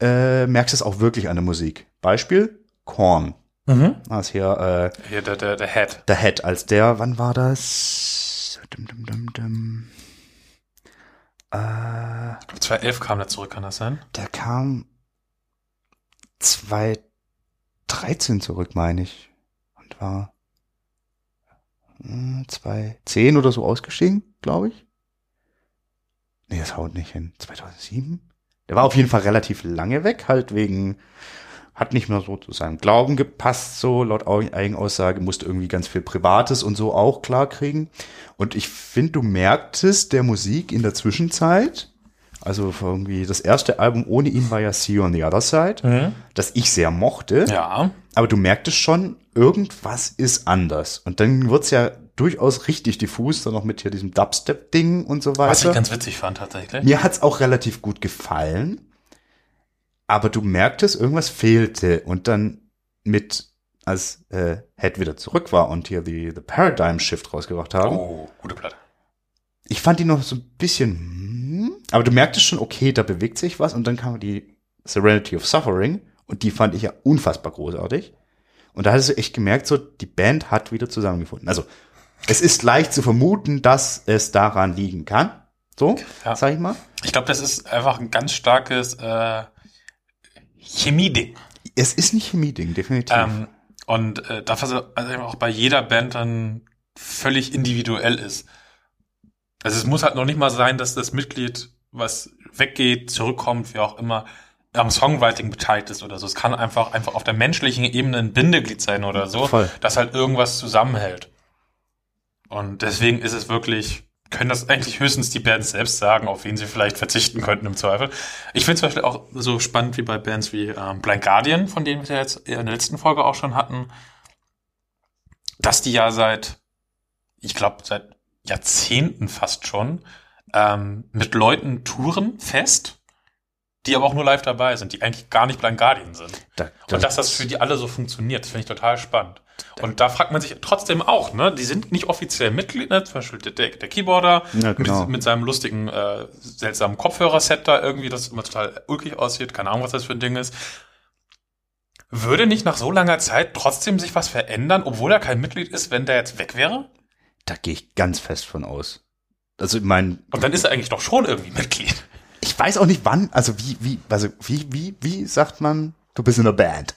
Speaker 3: äh, merkst du es auch wirklich an der Musik. Beispiel Korn.
Speaker 2: Mhm.
Speaker 3: Also hier äh,
Speaker 2: Hier der, der, der Head.
Speaker 3: The Head, als der, wann war das? Dum, dum, dum, dum. Äh,
Speaker 2: Ich glaub, 2011 kam der zurück, kann das sein?
Speaker 3: der kam 2013 zurück, meine ich. Und war äh, 2010 oder so ausgestiegen, glaube ich. Nee, das haut nicht hin. 2007? Der war auf jeden Fall relativ lange weg, halt wegen, hat nicht mehr so zu seinem Glauben gepasst, so laut Au- Eigenaussage, musste irgendwie ganz viel Privates und so auch klar kriegen. Und ich finde, du merktest der Musik in der Zwischenzeit, also irgendwie das erste Album ohne ihn war ja See You on the Other Side,
Speaker 2: Mhm.
Speaker 3: das ich sehr mochte,
Speaker 2: Ja.
Speaker 3: aber du merktest schon, irgendwas ist anders. Und dann wird's ja durchaus richtig diffus, dann noch mit hier diesem Dubstep-Ding und so weiter.
Speaker 2: Was ich ganz witzig fand, tatsächlich.
Speaker 3: Mir hat's auch relativ gut gefallen, aber du merktest, irgendwas fehlte und dann mit, als äh, Head wieder zurück war und hier die, the Paradigm Shift rausgebracht haben,
Speaker 2: Oh, gute Platte.
Speaker 3: ich fand die noch so ein bisschen, hm, aber du merktest schon, okay, da bewegt sich was und dann kam die Serenity of Suffering und die fand ich ja unfassbar großartig. Und da hast du echt gemerkt, so, die Band hat wieder zusammengefunden. Also, es ist leicht zu vermuten, dass es daran liegen kann. So,
Speaker 2: Ja.
Speaker 3: sag ich mal.
Speaker 2: Ich glaube, das ist einfach ein ganz starkes äh, Chemie-Ding.
Speaker 3: Es ist nicht Chemie-Ding, definitiv.
Speaker 2: Ähm, und äh, das, was also eben auch bei jeder Band dann völlig individuell ist. Also es muss halt noch nicht mal sein, dass das Mitglied, was weggeht, zurückkommt, wie auch immer, am Songwriting beteiligt ist oder so. Es kann einfach, einfach auf der menschlichen Ebene ein Bindeglied sein oder so,
Speaker 3: Voll.
Speaker 2: dass halt irgendwas zusammenhält. Und deswegen ist es wirklich, können das eigentlich höchstens die Bands selbst sagen, auf wen sie vielleicht verzichten könnten im Zweifel. Ich finde zum Beispiel auch so spannend wie bei Bands wie ähm, Blind Guardian, von denen wir ja jetzt in der letzten Folge auch schon hatten, dass die ja seit, ich glaube, seit Jahrzehnten fast schon ähm, mit Leuten touren fest, die aber auch nur live dabei sind, die eigentlich gar nicht Blind Guardian sind.
Speaker 3: Da-
Speaker 2: Und dass das für die alle so funktioniert, das finde ich total spannend. Und da fragt man sich trotzdem auch, ne? Die sind nicht offiziell Mitglied, ne? Zum Beispiel der, der Keyboarder
Speaker 3: Ja, genau.
Speaker 2: mit, mit seinem lustigen, äh, seltsamen Kopfhörerset da irgendwie, das immer total ulkig aussieht, keine Ahnung, was das für ein Ding ist. Würde nicht nach so langer Zeit trotzdem sich was verändern, obwohl er kein Mitglied ist, wenn der jetzt weg wäre?
Speaker 3: da gehe ich ganz fest von aus. Also, ich meine,
Speaker 2: Und dann ist er eigentlich doch schon irgendwie Mitglied.
Speaker 3: ich weiß auch nicht wann, also wie, wie, also wie, wie, wie sagt man, du bist in einer Band?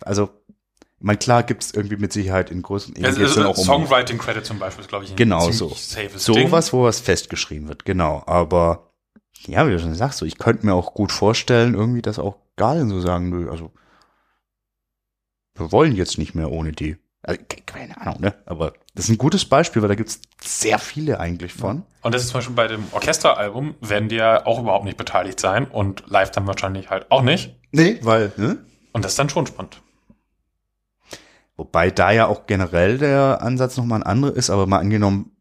Speaker 3: Also, ich meine, klar gibt's irgendwie mit Sicherheit in großen Ehen
Speaker 2: Also,
Speaker 3: geht's dann
Speaker 2: also
Speaker 3: um
Speaker 2: Songwriting Credit zum Beispiel ist, glaube ich, ein
Speaker 3: Genau
Speaker 2: ziemlich
Speaker 3: so.
Speaker 2: safes Ding.
Speaker 3: sowas, wo was festgeschrieben wird, genau. Aber ja, wie du schon sagst, so, ich könnte mir auch gut vorstellen, irgendwie, dass auch Guardian so sagen, nö, also wir wollen jetzt nicht mehr ohne die. Also, ke- keine Ahnung, ne? Aber das ist ein gutes Beispiel, weil da gibt's sehr viele eigentlich von.
Speaker 2: Und das ist zum Beispiel bei dem Orchesteralbum, werden die ja auch überhaupt nicht beteiligt sein und live dann wahrscheinlich halt auch nicht.
Speaker 3: Nee, weil, ne?
Speaker 2: Und das ist dann schon spannend.
Speaker 3: Wobei da ja auch generell der Ansatz nochmal ein anderer ist, aber mal angenommen,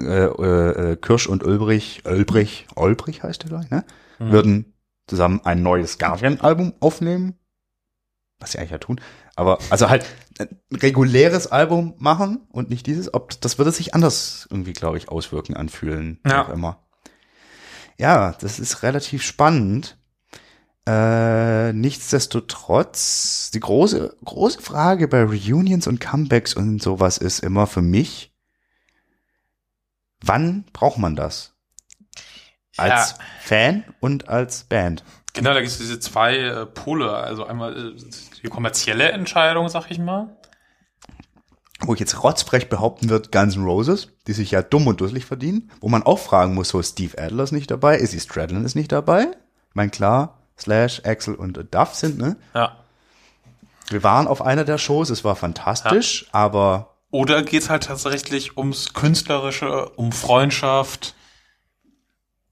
Speaker 3: äh, äh, äh, Kirsch und Ulbrich, Ulbrich, Ulbrich heißt der, glaube ich, ne?
Speaker 2: Mhm.
Speaker 3: Würden zusammen ein neues Guardian-Album aufnehmen. Was sie eigentlich ja tun. Aber, also halt ein reguläres Album machen und nicht dieses, ob das würde sich anders irgendwie, glaube ich, auswirken, anfühlen. wie
Speaker 2: Ja.
Speaker 3: Auch immer. Ja, das ist relativ spannend. Äh, nichtsdestotrotz, die große, große Frage bei Reunions und Comebacks und sowas ist immer für mich, wann braucht man das? Als
Speaker 2: Ja.
Speaker 3: Fan und als Band.
Speaker 2: Genau, da gibt es diese zwei äh, Pole. Also einmal äh, die kommerzielle Entscheidung, sag ich mal.
Speaker 3: Wo ich jetzt rotzfrech behaupten wird, Guns N' Roses, die sich ja dumm und dusselig verdienen, wo man auch fragen muss, so Steve Adler ist nicht dabei, Izzy Stradlin ist nicht dabei. Ich meine, klar, Slash, Axel und Duff sind, ne?
Speaker 2: Ja.
Speaker 3: Wir waren auf einer der Shows, es war fantastisch, aber
Speaker 2: Oder geht's halt tatsächlich ums Künstlerische, um Freundschaft?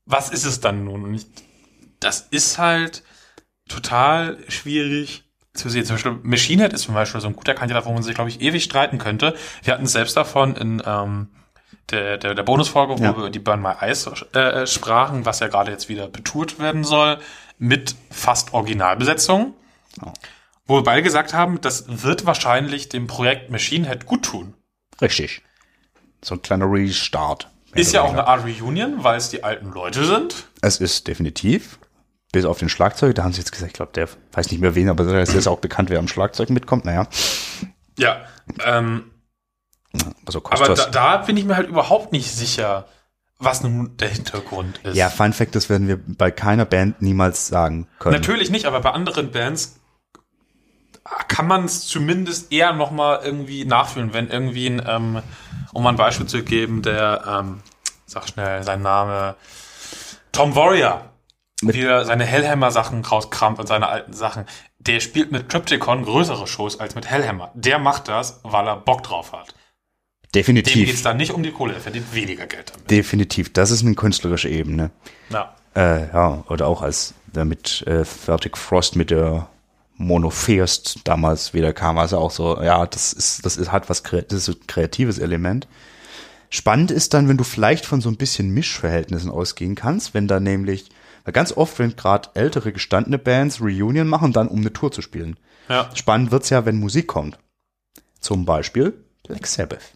Speaker 2: Was ist es dann nun? Und ich, das ist halt total schwierig zu sehen. Zum Beispiel Machine Head ist zum Beispiel so ein guter Kandidat, wo man sich, glaube ich, ewig streiten könnte. Wir hatten es selbst davon in ähm, der, der, der Bonusfolge, wo
Speaker 3: Ja.
Speaker 2: wir über die Burn My Eyes äh, äh, sprachen, was ja gerade jetzt wieder betourt werden soll, mit fast Originalbesetzung. Wo wir beide gesagt haben, das wird wahrscheinlich dem Projekt Machine Head gut tun.
Speaker 3: Richtig. So ein kleiner Restart.
Speaker 2: Ist ja auch eine Art Reunion, weil es die alten Leute sind.
Speaker 3: Es ist definitiv. Bis auf den Schlagzeug, da haben sie jetzt gesagt, ich glaube, der weiß nicht mehr wen, aber der ist jetzt auch bekannt, wer am Schlagzeug mitkommt. Naja,
Speaker 2: Ja. Ähm,
Speaker 3: also
Speaker 2: aber
Speaker 3: Kostas.
Speaker 2: da, da bin ich mir halt überhaupt nicht sicher, was nun der Hintergrund ist.
Speaker 3: ja, Fun Fact, das werden wir bei keiner Band niemals sagen können.
Speaker 2: Natürlich nicht, aber bei anderen Bands kann man es zumindest eher nochmal irgendwie nachfühlen, wenn irgendwie ein, ähm, um mal ein Beispiel zu geben, der, ähm, sag schnell, sein Name, Tom Warrior,
Speaker 3: Mit-
Speaker 2: wieder seine Hellhammer-Sachen rauskramt und seine alten Sachen. Der spielt mit Triptychon größere Shows als mit Hellhammer. Der macht das, weil er Bock drauf hat. Dem geht's
Speaker 3: Definitiv.
Speaker 2: dann nicht um die Kohle, er verdient weniger Geld damit.
Speaker 3: Definitiv. Das ist eine künstlerische Ebene.
Speaker 2: Ja.
Speaker 3: Äh, ja, oder auch als damit äh, Fertig Frost mit der Monofirst damals wieder kam, also auch so, ja, das ist, das ist, hat was kre- das ist so ein kreatives Element. Spannend ist dann, wenn du vielleicht von so ein bisschen Mischverhältnissen ausgehen kannst, wenn da nämlich, weil ganz oft, wenn gerade ältere gestandene Bands Reunion machen, dann um eine Tour zu spielen.
Speaker 2: ja.
Speaker 3: Spannend wird's ja, wenn Musik kommt. Zum Beispiel Black Sabbath.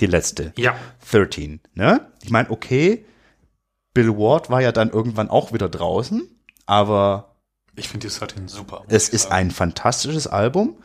Speaker 3: Die letzte.
Speaker 2: Ja.
Speaker 3: 13. Ne? Ich meine, okay, Bill Ward war ja dann irgendwann auch wieder draußen, aber
Speaker 2: Ich finde die Satin super. muss
Speaker 3: es
Speaker 2: ich
Speaker 3: ist
Speaker 2: sagen.
Speaker 3: ein fantastisches Album,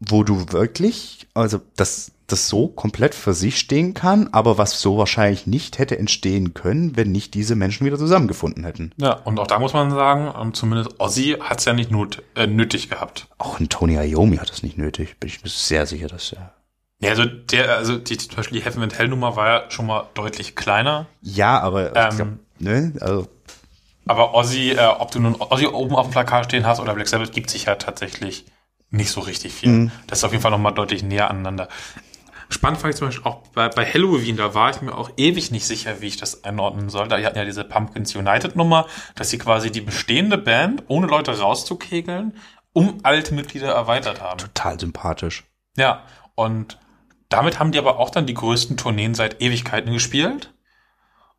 Speaker 3: wo du wirklich, also das, das so komplett für sich stehen kann, aber was so wahrscheinlich nicht hätte entstehen können, wenn nicht diese Menschen wieder zusammengefunden hätten.
Speaker 2: Ja, und auch da muss man sagen, ähm, zumindest Ozzy hat es ja nicht not, äh, nötig gehabt.
Speaker 3: Auch ein Tony Iommi hat das nicht nötig, bin ich mir sehr sicher, dass er.
Speaker 2: Ja, also der, also die, die, zum Beispiel die Heaven and Hell Nummer war ja schon mal deutlich kleiner.
Speaker 3: Ja, aber ich
Speaker 2: Ähm.
Speaker 3: glaub, ne, also
Speaker 2: Aber Ozzy, äh, ob du nun Ozzy oben auf dem Plakat stehen hast oder Black Sabbath, gibt sich ja tatsächlich nicht so richtig viel. Das ist auf jeden Fall nochmal deutlich näher aneinander. Spannend fand ich zum Beispiel auch bei, bei Halloween, da war ich mir auch ewig nicht sicher, wie ich das einordnen soll. Da die hatten ja diese Pumpkins United Nummer, dass sie quasi die bestehende Band, ohne Leute rauszukegeln, um alte Mitglieder erweitert haben.
Speaker 3: total sympathisch.
Speaker 2: Ja, und damit haben die aber auch dann die größten Tourneen seit Ewigkeiten gespielt.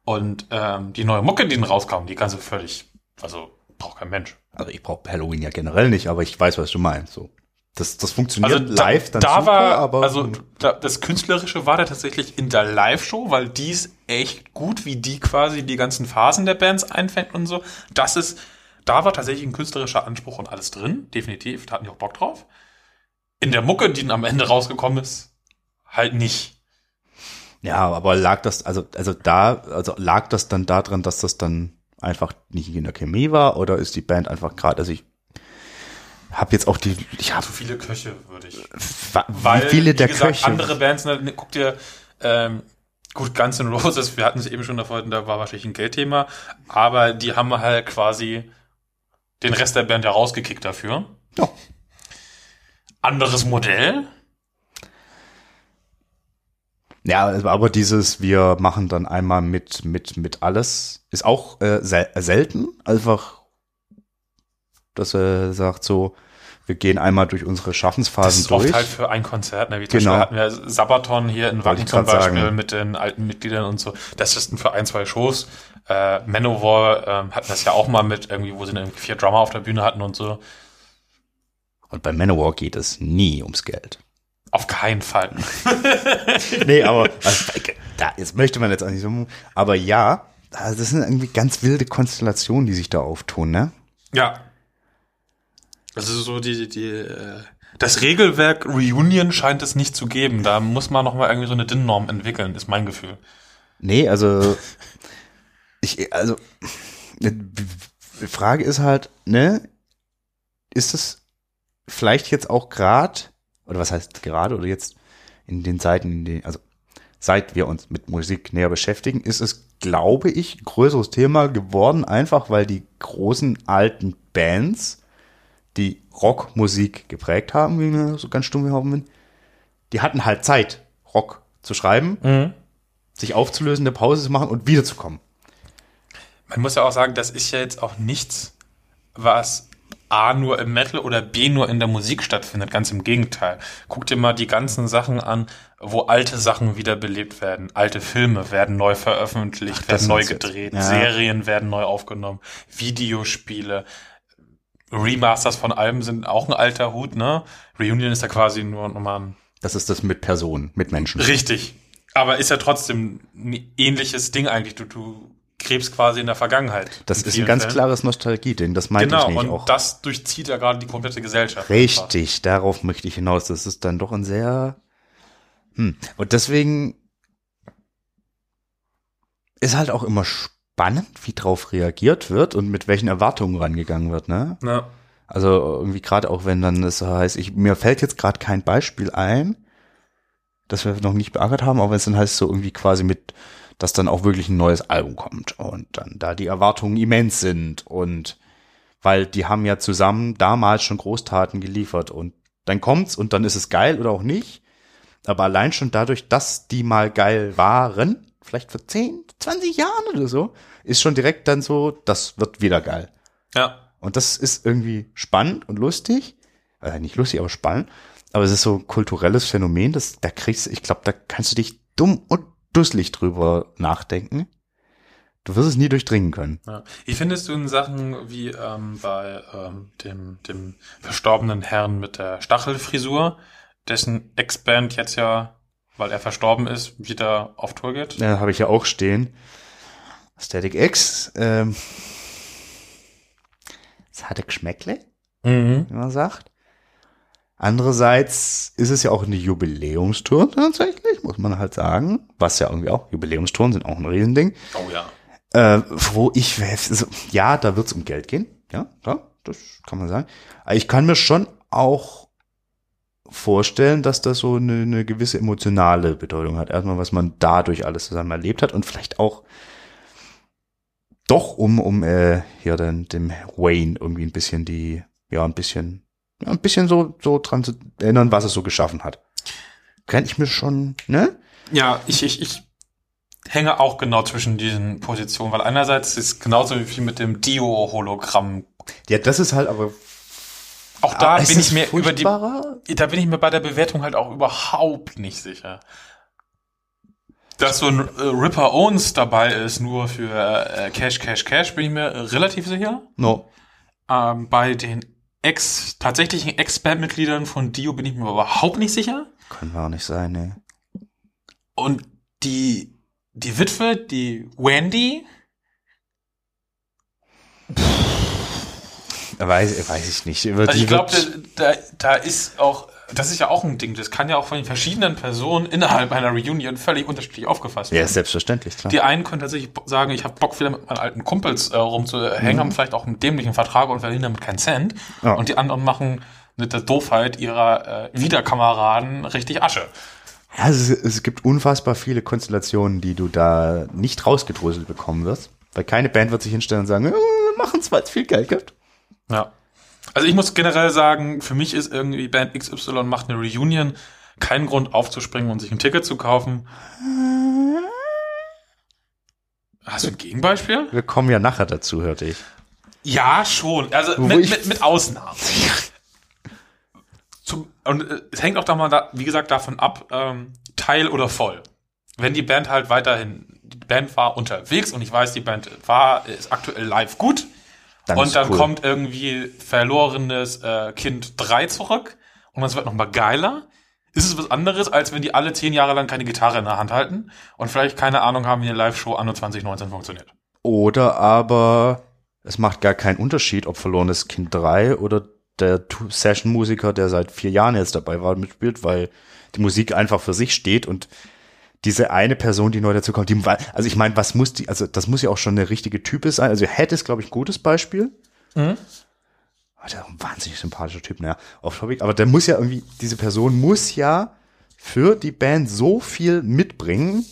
Speaker 2: Und ähm, die neue Mucke, die dann rauskam, die kannst du völlig, also braucht kein Mensch.
Speaker 3: Also ich brauche Halloween ja generell nicht, aber ich weiß, was du meinst. So. Das, das funktioniert
Speaker 2: Also
Speaker 3: live
Speaker 2: da,
Speaker 3: dann
Speaker 2: da
Speaker 3: super,
Speaker 2: war,
Speaker 3: aber hm.
Speaker 2: also da, das Künstlerische war da tatsächlich in der Live-Show, weil die ist echt gut, wie die quasi die ganzen Phasen der Bands einfängt und so. Das ist, da war tatsächlich ein künstlerischer Anspruch und alles drin, definitiv, da hatten die auch Bock drauf. In der Mucke, die dann am Ende rausgekommen ist, halt nicht.
Speaker 3: ja, aber lag das also also da also lag das dann daran, dass das dann einfach nicht in der Chemie war oder ist die Band einfach gerade also ich habe jetzt auch die ich habe
Speaker 2: Zu viele Köche, würde ich
Speaker 3: wie viele der Köche
Speaker 2: andere Bands, ne, guck dir, ähm, gut, Guns N' Roses, wir hatten es eben schon davon, da war wahrscheinlich ein Geldthema, aber die haben halt quasi den Rest der Band ja rausgekickt dafür.
Speaker 3: Ja.
Speaker 2: Anderes Modell.
Speaker 3: Ja, also, aber dieses, wir machen dann einmal mit, mit, mit alles, ist auch äh, sel selten. Einfach, dass er sagt so, wir gehen einmal durch unsere
Speaker 2: Das
Speaker 3: Schaffensphasen
Speaker 2: ist oft
Speaker 3: durch.
Speaker 2: halt für ein Konzert. Ne? Wie zum
Speaker 3: Genau.
Speaker 2: Beispiel hatten wir Sabaton hier in
Speaker 3: Wollte
Speaker 2: Wacken
Speaker 3: ich
Speaker 2: zum
Speaker 3: grad
Speaker 2: Beispiel
Speaker 3: sagen.
Speaker 2: mit den alten Mitgliedern und so. Das ist für ein, zwei Shows. Äh, Manowar ähm, hatten das ja auch mal mit irgendwie, wo sie dann vier Drummer auf der Bühne hatten und so.
Speaker 3: Und bei Manowar geht es nie ums Geld.
Speaker 2: Auf keinen Fall.
Speaker 3: Nee, aber also, da, jetzt möchte man jetzt auch nicht so. Aber ja, also das sind irgendwie ganz wilde Konstellationen, die sich da auftun, ne?
Speaker 2: Ja. Das ist so die, die, äh, das Regelwerk Reunion scheint es nicht zu geben. Da muss man nochmal irgendwie so eine DIN-Norm entwickeln, ist mein Gefühl.
Speaker 3: Nee, also ich, also die Frage ist halt, ne, ist es vielleicht jetzt auch gerade, oder was heißt gerade oder jetzt in den Zeiten, in denen, also seit wir uns mit Musik näher beschäftigen, ist es, glaube ich, größeres Thema geworden, einfach weil die großen alten Bands, die Rockmusik geprägt haben, wie wir so ganz stumm gehauen bin, die hatten halt Zeit, Rock zu schreiben, sich aufzulösen, eine Pause zu machen und wiederzukommen.
Speaker 2: Man muss ja auch sagen, das ist ja jetzt auch nichts, was A nur im Metal oder B nur in der Musik stattfindet. Ganz im Gegenteil. Guck dir mal die ganzen Sachen an, wo alte Sachen wiederbelebt werden. Alte Filme werden neu veröffentlicht,
Speaker 3: Ach, das
Speaker 2: werden neu
Speaker 3: meinst du jetzt.
Speaker 2: gedreht,
Speaker 3: Ja.
Speaker 2: Serien werden neu aufgenommen, Videospiele. Remasters von Alben sind auch ein alter Hut, ne? Reunion ist ja quasi nur nochmal ein
Speaker 3: Das ist das mit Personen, mit Menschen.
Speaker 2: Richtig. Aber ist ja trotzdem ein ähnliches Ding eigentlich. Du, du krebst quasi in der Vergangenheit.
Speaker 3: Das
Speaker 2: In
Speaker 3: ist ein
Speaker 2: vielen
Speaker 3: ganz
Speaker 2: Fällen.
Speaker 3: klares Nostalgie-Ding, das meinte
Speaker 2: Genau,
Speaker 3: ich
Speaker 2: und
Speaker 3: nämlich auch.
Speaker 2: das durchzieht ja gerade die komplette Gesellschaft. einfach.
Speaker 3: Richtig, darauf möchte ich hinaus. Das ist dann doch ein sehr. Hm. Und deswegen ist halt auch immer spannend, wie drauf reagiert wird und mit welchen Erwartungen rangegangen wird, ne?
Speaker 2: Ja.
Speaker 3: Also irgendwie gerade auch wenn dann das so heißt, ich, mir fällt jetzt gerade kein Beispiel ein, das wir noch nicht beackert haben, aber wenn es dann heißt so irgendwie quasi mit, dass dann auch wirklich ein neues Album kommt und dann da die Erwartungen immens sind und weil die haben ja zusammen damals schon Großtaten geliefert und dann kommt's und dann ist es geil oder auch nicht. Aber allein schon dadurch, dass die mal geil waren, vielleicht vor 10, 20 Jahren oder so, ist schon direkt dann so, das wird wieder geil.
Speaker 2: ja.
Speaker 3: Und das ist irgendwie spannend und lustig. Äh, nicht lustig, aber spannend. Aber es ist so ein kulturelles Phänomen, das, da kriegst du, ich glaube, da kannst du dich dumm und dusselig drüber nachdenken. Du wirst es nie durchdringen können.
Speaker 2: Ja. Wie findest du in Sachen wie ähm, bei ähm, dem, dem verstorbenen Herrn mit der Stachelfrisur, dessen Ex-Band jetzt ja, weil er verstorben ist, wieder auf Tour geht?
Speaker 3: Da habe ich ja auch stehen. Static X. Ähm, es hatte Geschmäckle,
Speaker 2: Mhm.
Speaker 3: wie man sagt. Andererseits ist es ja auch eine Jubiläumstour tatsächlich, muss man halt sagen. Was ja irgendwie auch, Jubiläumstouren sind auch ein Riesending.
Speaker 2: Oh ja.
Speaker 3: äh, wo ich, also, ja, da wird es um Geld gehen. Ja, klar, das kann man sagen. Aber ich kann mir schon auch vorstellen, dass das so eine, eine gewisse emotionale Bedeutung hat. Erstmal, was man dadurch alles zusammen erlebt hat und vielleicht auch doch um, um äh, hier dann dem Wayne irgendwie ein bisschen die, ja, ein bisschen, ja, ein bisschen so, so dran zu erinnern, was es so geschaffen hat. Kann ich mir schon, ne?
Speaker 2: Ja, ich, ich, ich hänge auch genau zwischen diesen Positionen, weil einerseits ist genauso wie mit dem Dio-Hologramm.
Speaker 3: Ja, das ist halt aber. Ah,
Speaker 2: Auch da bin ich mir über die,
Speaker 3: über
Speaker 2: da bin ich mir bei der Bewertung halt auch überhaupt nicht sicher. Dass so ein äh, Ripper Owens dabei ist, nur für äh, Cash, Cash, Cash, bin ich mir äh, relativ sicher.
Speaker 3: No.
Speaker 2: Ähm, bei den Ex, tatsächlichen Ex-Bandmitgliedern von Dio bin ich mir überhaupt nicht sicher.
Speaker 3: Können wir auch nicht sein, ne?
Speaker 2: Und die, die Witwe, die Wendy,
Speaker 3: Weiß, weiß ich nicht. Über
Speaker 2: Also
Speaker 3: die
Speaker 2: ich glaube,
Speaker 3: wird-
Speaker 2: da, da ist auch, das ist ja auch ein Ding, das kann ja auch von den verschiedenen Personen innerhalb einer Reunion völlig unterschiedlich aufgefasst
Speaker 3: ja, selbstverständlich, klar.
Speaker 2: Die einen können tatsächlich bo- sagen, ich habe Bock, wieder mit meinen alten Kumpels äh, rumzuhängen, haben vielleicht auch einen dämlichen Vertrag und verdienen damit keinen Cent.
Speaker 3: Ja.
Speaker 2: Und die anderen machen mit der Doofheit ihrer äh, Wiederkameraden richtig Asche.
Speaker 3: Ja, es, ist- es gibt unfassbar viele Konstellationen, die du da nicht rausgedröselt bekommen wirst. Weil keine Band wird sich hinstellen und sagen, "Äh, wir machen es, weil es viel Geld gibt.
Speaker 2: Ja. Also ich muss generell sagen, für mich ist irgendwie Band XY macht eine Reunion kein Grund aufzuspringen und sich ein Ticket zu kaufen. Hast du ein Gegenbeispiel?
Speaker 3: Wir kommen ja nachher dazu, hörte ich.
Speaker 2: Ja, schon. Also
Speaker 3: Wo
Speaker 2: mit,
Speaker 3: ich-
Speaker 2: mit, mit Ausnahmen. Zum, und äh, es hängt auch da mal, da, wie gesagt, davon ab, ähm, Teil oder voll. Wenn die Band halt weiterhin, die Band war unterwegs und ich weiß, die Band war, ist aktuell live gut.
Speaker 3: ist
Speaker 2: und dann
Speaker 3: cool.
Speaker 2: kommt irgendwie verlorenes äh, Kind 3 zurück und es wird nochmal geiler. Ist es was anderes, als wenn die alle zehn Jahre lang keine Gitarre in der Hand halten und vielleicht keine Ahnung haben, wie eine Live-Show anno 2019 funktioniert.
Speaker 3: Oder aber es macht gar keinen Unterschied, ob verlorenes Kind 3 oder der Tu- Session-Musiker, der seit vier Jahren jetzt dabei war, mitspielt, weil die Musik einfach für sich steht und diese eine Person, die neu dazukommt, die, also ich meine, was muss die, also das muss ja auch schon eine richtige Type sein. Also Head ist, glaube ich, ein gutes Beispiel.
Speaker 2: Mhm.
Speaker 3: Ah, Der ist ein wahnsinnig sympathischer Typ, naja, auf Topic. Aber der muss ja irgendwie, diese Person muss ja für die Band so viel mitbringen,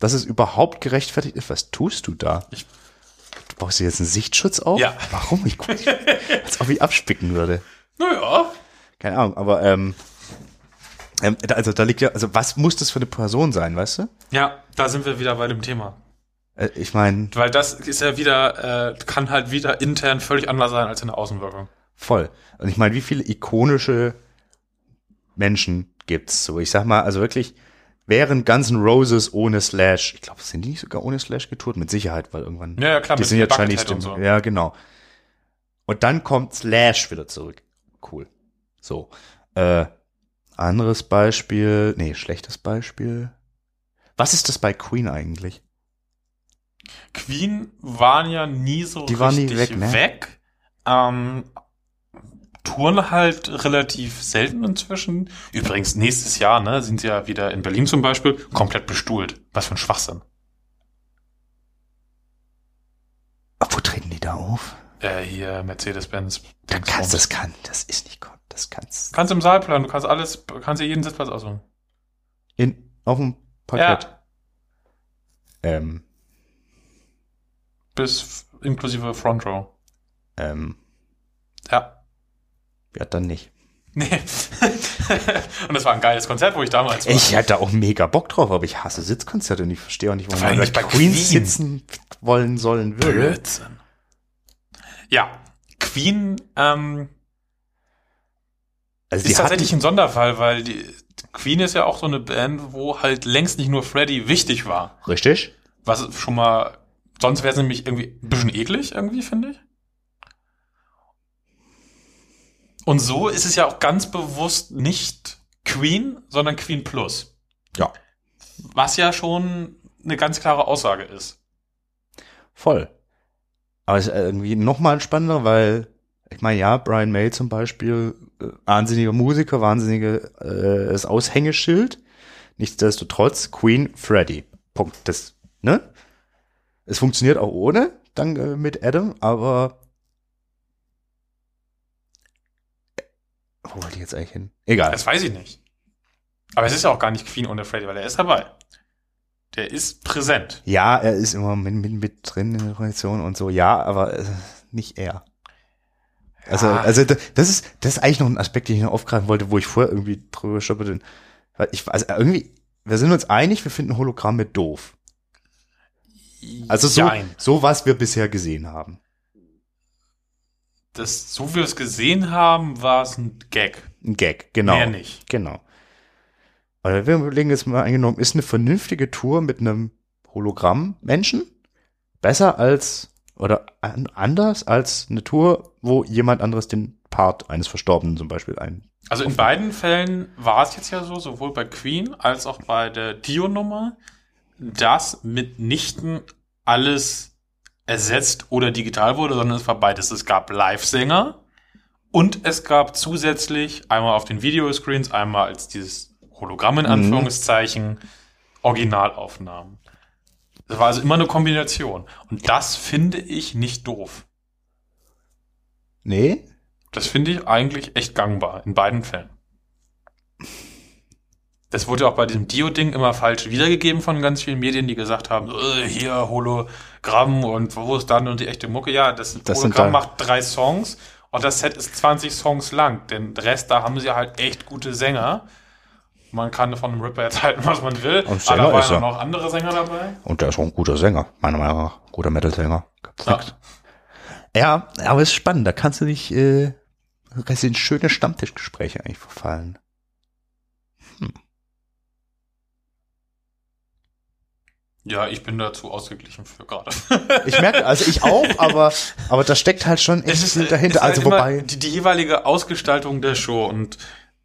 Speaker 3: dass es überhaupt gerechtfertigt ist. Was tust du da?
Speaker 2: Ich-
Speaker 3: du baust dir jetzt einen Sichtschutz auf?
Speaker 2: Ja.
Speaker 3: Warum? Ich guck, als ob ich abspicken würde.
Speaker 2: Naja.
Speaker 3: Keine Ahnung, aber ähm, ähm, da- also da liegt ja, also was muss das für eine Person sein, weißt du?
Speaker 2: Ja, da sind wir wieder bei dem Thema.
Speaker 3: Äh, ich meine,
Speaker 2: Weil das ist ja wieder, äh, kann halt wieder intern völlig anders sein als in der Außenwirkung.
Speaker 3: Voll. Und ich meine, wie viele ikonische Menschen gibt's? So, ich sag mal, also wirklich, wären ganzen Roses ohne Slash, ich glaube, sind die nicht sogar ohne Slash getourt? Mit Sicherheit, weil irgendwann.
Speaker 2: Ja, ja, klar,
Speaker 3: die
Speaker 2: mit
Speaker 3: sind ja
Speaker 2: Buckethead
Speaker 3: Chinese
Speaker 2: und
Speaker 3: und
Speaker 2: so.
Speaker 3: Ja, genau. Und dann kommt Slash wieder zurück. Cool. So. Äh, anderes Beispiel. Nee, schlechtes Beispiel. Was ist das bei Queen eigentlich?
Speaker 2: Queen waren ja nie so
Speaker 3: Die waren nie
Speaker 2: richtig
Speaker 3: weg, ne?
Speaker 2: weg. Ähm, touren halt relativ selten inzwischen. Übrigens, nächstes Jahr ne, sind sie ja wieder in Berlin zum Beispiel komplett bestuhlt. Was für ein Schwachsinn.
Speaker 3: Ah, Wo treten die da auf?
Speaker 2: Äh, hier Mercedes-Benz.
Speaker 3: Da kannst das kann, das ist nicht, das kannst.
Speaker 2: kannst im Saal planen, du kannst alles, kannst dir jeden Sitzplatz aussuchen.
Speaker 3: In, auf dem Parkett.
Speaker 2: Ja,
Speaker 3: Ähm,
Speaker 2: bis f- inklusive Front Row.
Speaker 3: ähm,
Speaker 2: Ja.
Speaker 3: ja, dann nicht.
Speaker 2: Nee. und das war ein geiles Konzert, wo ich damals war.
Speaker 3: Ich hätte auch mega Bock drauf, aber ich hasse Sitzkonzerte und ich verstehe auch nicht, warum
Speaker 2: Vor allem
Speaker 3: man bei
Speaker 2: nicht bei
Speaker 3: Queen,
Speaker 2: Queen.
Speaker 3: sitzen wollen sollen würde.
Speaker 2: Blödsinn. Ja, Queen ähm,
Speaker 3: Also
Speaker 2: ist tatsächlich
Speaker 3: hatten-
Speaker 2: ein Sonderfall, weil die Queen ist ja auch so eine Band, wo halt längst nicht nur Freddy wichtig war.
Speaker 3: richtig.
Speaker 2: Was schon mal, sonst wäre es nämlich irgendwie ein bisschen eklig, irgendwie, finde ich. Und so ist es ja auch ganz bewusst nicht Queen, sondern Queen Plus.
Speaker 3: Ja.
Speaker 2: Was ja schon eine ganz klare Aussage ist.
Speaker 3: Voll. Aber es ist äh, irgendwie nochmal spannender, weil ich meine, ja, Brian May zum Beispiel, äh, wahnsinniger Musiker, wahnsinnige äh, das Aushängeschild. Nichtsdestotrotz Queen Freddy. Punkt. Das, ne? Es funktioniert auch ohne, dann äh, mit Adam, aber äh, wo wollte ich jetzt eigentlich hin? Egal.
Speaker 2: Das weiß ich nicht. Aber es ist ja auch gar nicht Queen ohne Freddy, weil er ist dabei. Der ist präsent.
Speaker 3: Ja, er ist immer mit, mit, mit drin in der Kondition und so, ja, aber äh, nicht er. Also,
Speaker 2: Ja.
Speaker 3: also da- das ist, das ist eigentlich noch ein Aspekt, den ich noch aufgreifen wollte, wo ich vorher irgendwie drüber stolperte. bin. Weil ich, also irgendwie, wir sind uns einig, wir finden Hologramme doof. Also so,
Speaker 2: Jein.
Speaker 3: so was wir bisher gesehen haben.
Speaker 2: Das, so wie wir es gesehen haben, war es ein Gag.
Speaker 3: Ein Gag, genau.
Speaker 2: Mehr nicht.
Speaker 3: Genau. Aber wir überlegen jetzt mal angenommen, ist eine vernünftige Tour mit einem Hologramm-Menschen besser als oder an, anders als eine Tour, wo jemand anderes den Part eines Verstorbenen zum Beispiel ein.
Speaker 2: Also in beiden Fällen war es jetzt ja so, sowohl bei Queen als auch bei der Dio-Nummer, dass mitnichten alles ersetzt oder digital wurde, sondern es war beides. Es gab Live-Sänger und es gab zusätzlich einmal auf den Videoscreens, einmal als dieses Hologramm in Anführungszeichen, Originalaufnahmen. Es war also immer eine Kombination. Und das finde ich nicht doof.
Speaker 3: Nee?
Speaker 2: Das finde ich eigentlich echt gangbar, in beiden Fällen. Das wurde ja auch bei diesem Dio-Ding immer falsch wiedergegeben von ganz vielen Medien, die gesagt haben, äh, hier Hologramm und wo ist dann und die echte Mucke. Ja, das,
Speaker 3: Das sind
Speaker 2: Hologramm
Speaker 3: da-
Speaker 2: macht drei Songs und das Set ist 20 Songs lang. Den Rest, da haben sie halt echt gute Sänger. Man kann von einem Ripper jetzt halten, was man will.
Speaker 3: Und
Speaker 2: Aber
Speaker 3: Sänger
Speaker 2: da waren
Speaker 3: ist er.
Speaker 2: ja noch andere Sänger dabei.
Speaker 3: Und der ist auch ein guter Sänger, meiner Meinung nach. Guter Metal-Sänger. Gibt's nix. Ja, aber es ist spannend, da kannst du nicht, äh, da kannst du in schöne Stammtischgespräche eigentlich verfallen.
Speaker 2: Ja, ich bin dazu ausgeglichen für gerade.
Speaker 3: Ich merke, also ich auch, aber, aber da steckt halt schon echt viel dahinter.
Speaker 2: ist halt
Speaker 3: also
Speaker 2: immer
Speaker 3: wobei.
Speaker 2: Die, die jeweilige Ausgestaltung der Show und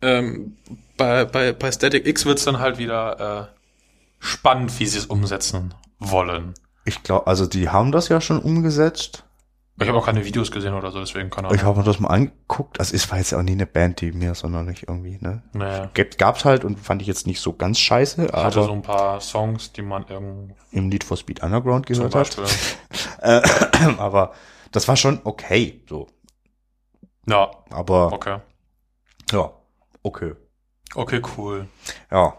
Speaker 2: ähm, bei, bei, bei Static X wird's dann halt wieder äh, spannend, wie sie es umsetzen wollen.
Speaker 3: Ich glaube, also die haben das ja schon umgesetzt.
Speaker 2: Ich habe auch keine Videos gesehen oder so, deswegen kann
Speaker 3: Ich habe mir das mal angeguckt. Also es war jetzt auch nie eine Band, die mir sonderlich irgendwie, ne?
Speaker 2: Naja.
Speaker 3: Gab, gab's halt und fand ich jetzt nicht so ganz scheiße,
Speaker 2: Ich hatte
Speaker 3: aber
Speaker 2: so ein paar Songs, die man irgendwo
Speaker 3: im Need for Speed Underground
Speaker 2: zum
Speaker 3: gehört hat.
Speaker 2: Beispiel.
Speaker 3: Äh, aber das war schon okay, so.
Speaker 2: Ja,
Speaker 3: Aber
Speaker 2: okay.
Speaker 3: ja, okay.
Speaker 2: Okay, cool.
Speaker 3: Ja.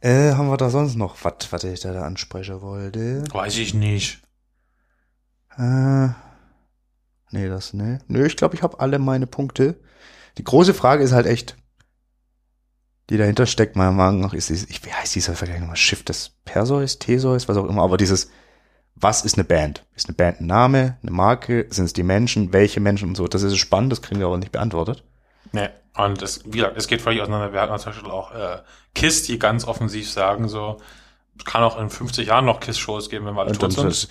Speaker 3: Äh, haben wir da sonst noch was, was ich da, da ansprechen wollte?
Speaker 2: Weiß ich nicht.
Speaker 3: Äh, nee, das, ne? Nö, ich glaube, ich habe alle meine Punkte. Die große Frage ist halt echt, die dahinter steckt, meiner Meinung nach, ist, dieses- ich, wie heißt dieser Vergleich nochmal? Schiff des Perseus, Theseus, was auch immer, aber dieses, was ist eine Band? Ist eine Band ein Name, eine Marke? Sind es die Menschen? Welche Menschen und so? Das ist spannend, das kriegen wir aber nicht beantwortet.
Speaker 2: Nee. Und das, wie gesagt, es geht völlig auseinander. Wir hatten zum Beispiel auch äh, Kiss, die ganz offensiv sagen, so, es kann auch in 50 Jahren noch Kiss-Shows geben, wenn wir alle
Speaker 3: Und
Speaker 2: tot sind.
Speaker 3: das,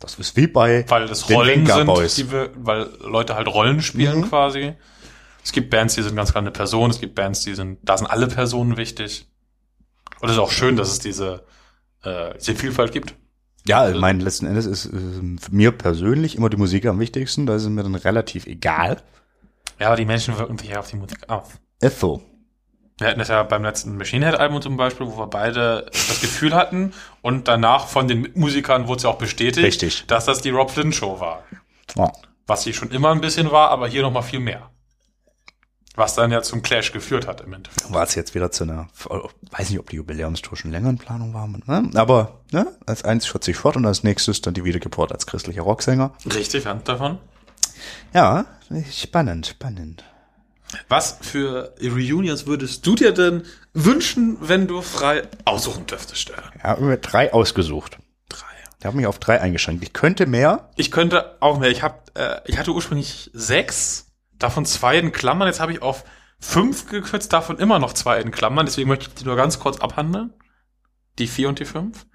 Speaker 3: das ist wie bei,
Speaker 2: weil es
Speaker 3: den
Speaker 2: Rollen
Speaker 3: Venga
Speaker 2: sind,
Speaker 3: Boys.
Speaker 2: die wir, weil Leute halt Rollen spielen
Speaker 3: Mhm.
Speaker 2: quasi. Es gibt Bands, die sind ganz kleine Personen, es gibt Bands, die sind, da sind alle Personen wichtig. Und es ist auch schön, dass es diese, äh, diese Vielfalt gibt.
Speaker 3: Ja, ich meine, letzten Endes ist ähm, für mir persönlich immer die Musik am wichtigsten. Da ist es mir dann relativ egal.
Speaker 2: Ja, aber die Menschen wirken sich ja auf die Musik auf.
Speaker 3: Ist so.
Speaker 2: Wir hatten das ja beim letzten Machine Head Album zum Beispiel, wo wir beide das Gefühl hatten und danach von den Musikern wurde es ja auch bestätigt,
Speaker 3: Richtig.
Speaker 2: dass das die Rob Flynn Show war.
Speaker 3: Ja.
Speaker 2: Was sie schon immer ein bisschen war, aber hier nochmal viel mehr. Was dann ja zum Clash geführt hat im Endeffekt.
Speaker 3: War es jetzt wieder zu einer, oh, weiß nicht, ob die Jubiläumstour schon länger in Planung war, ne? aber ne? als eins schützt sich fort und als nächstes dann die Wiedergeburt als christlicher Rocksänger.
Speaker 2: Richtig, Hand davon.
Speaker 3: Ja, spannend, spannend.
Speaker 2: Was für Reunions würdest du dir denn wünschen, wenn du frei aussuchen dürftest, Stern?
Speaker 3: Ja, mir drei ausgesucht.
Speaker 2: Drei.
Speaker 3: Ich habe mich auf drei eingeschränkt. Ich könnte mehr.
Speaker 2: Ich könnte auch mehr. Ich hab, äh, ich hatte ursprünglich sechs, davon zwei in Klammern. Jetzt habe ich auf fünf gekürzt, davon immer noch zwei in Klammern. Deswegen möchte ich die nur ganz kurz abhandeln. Die vier und die fünf.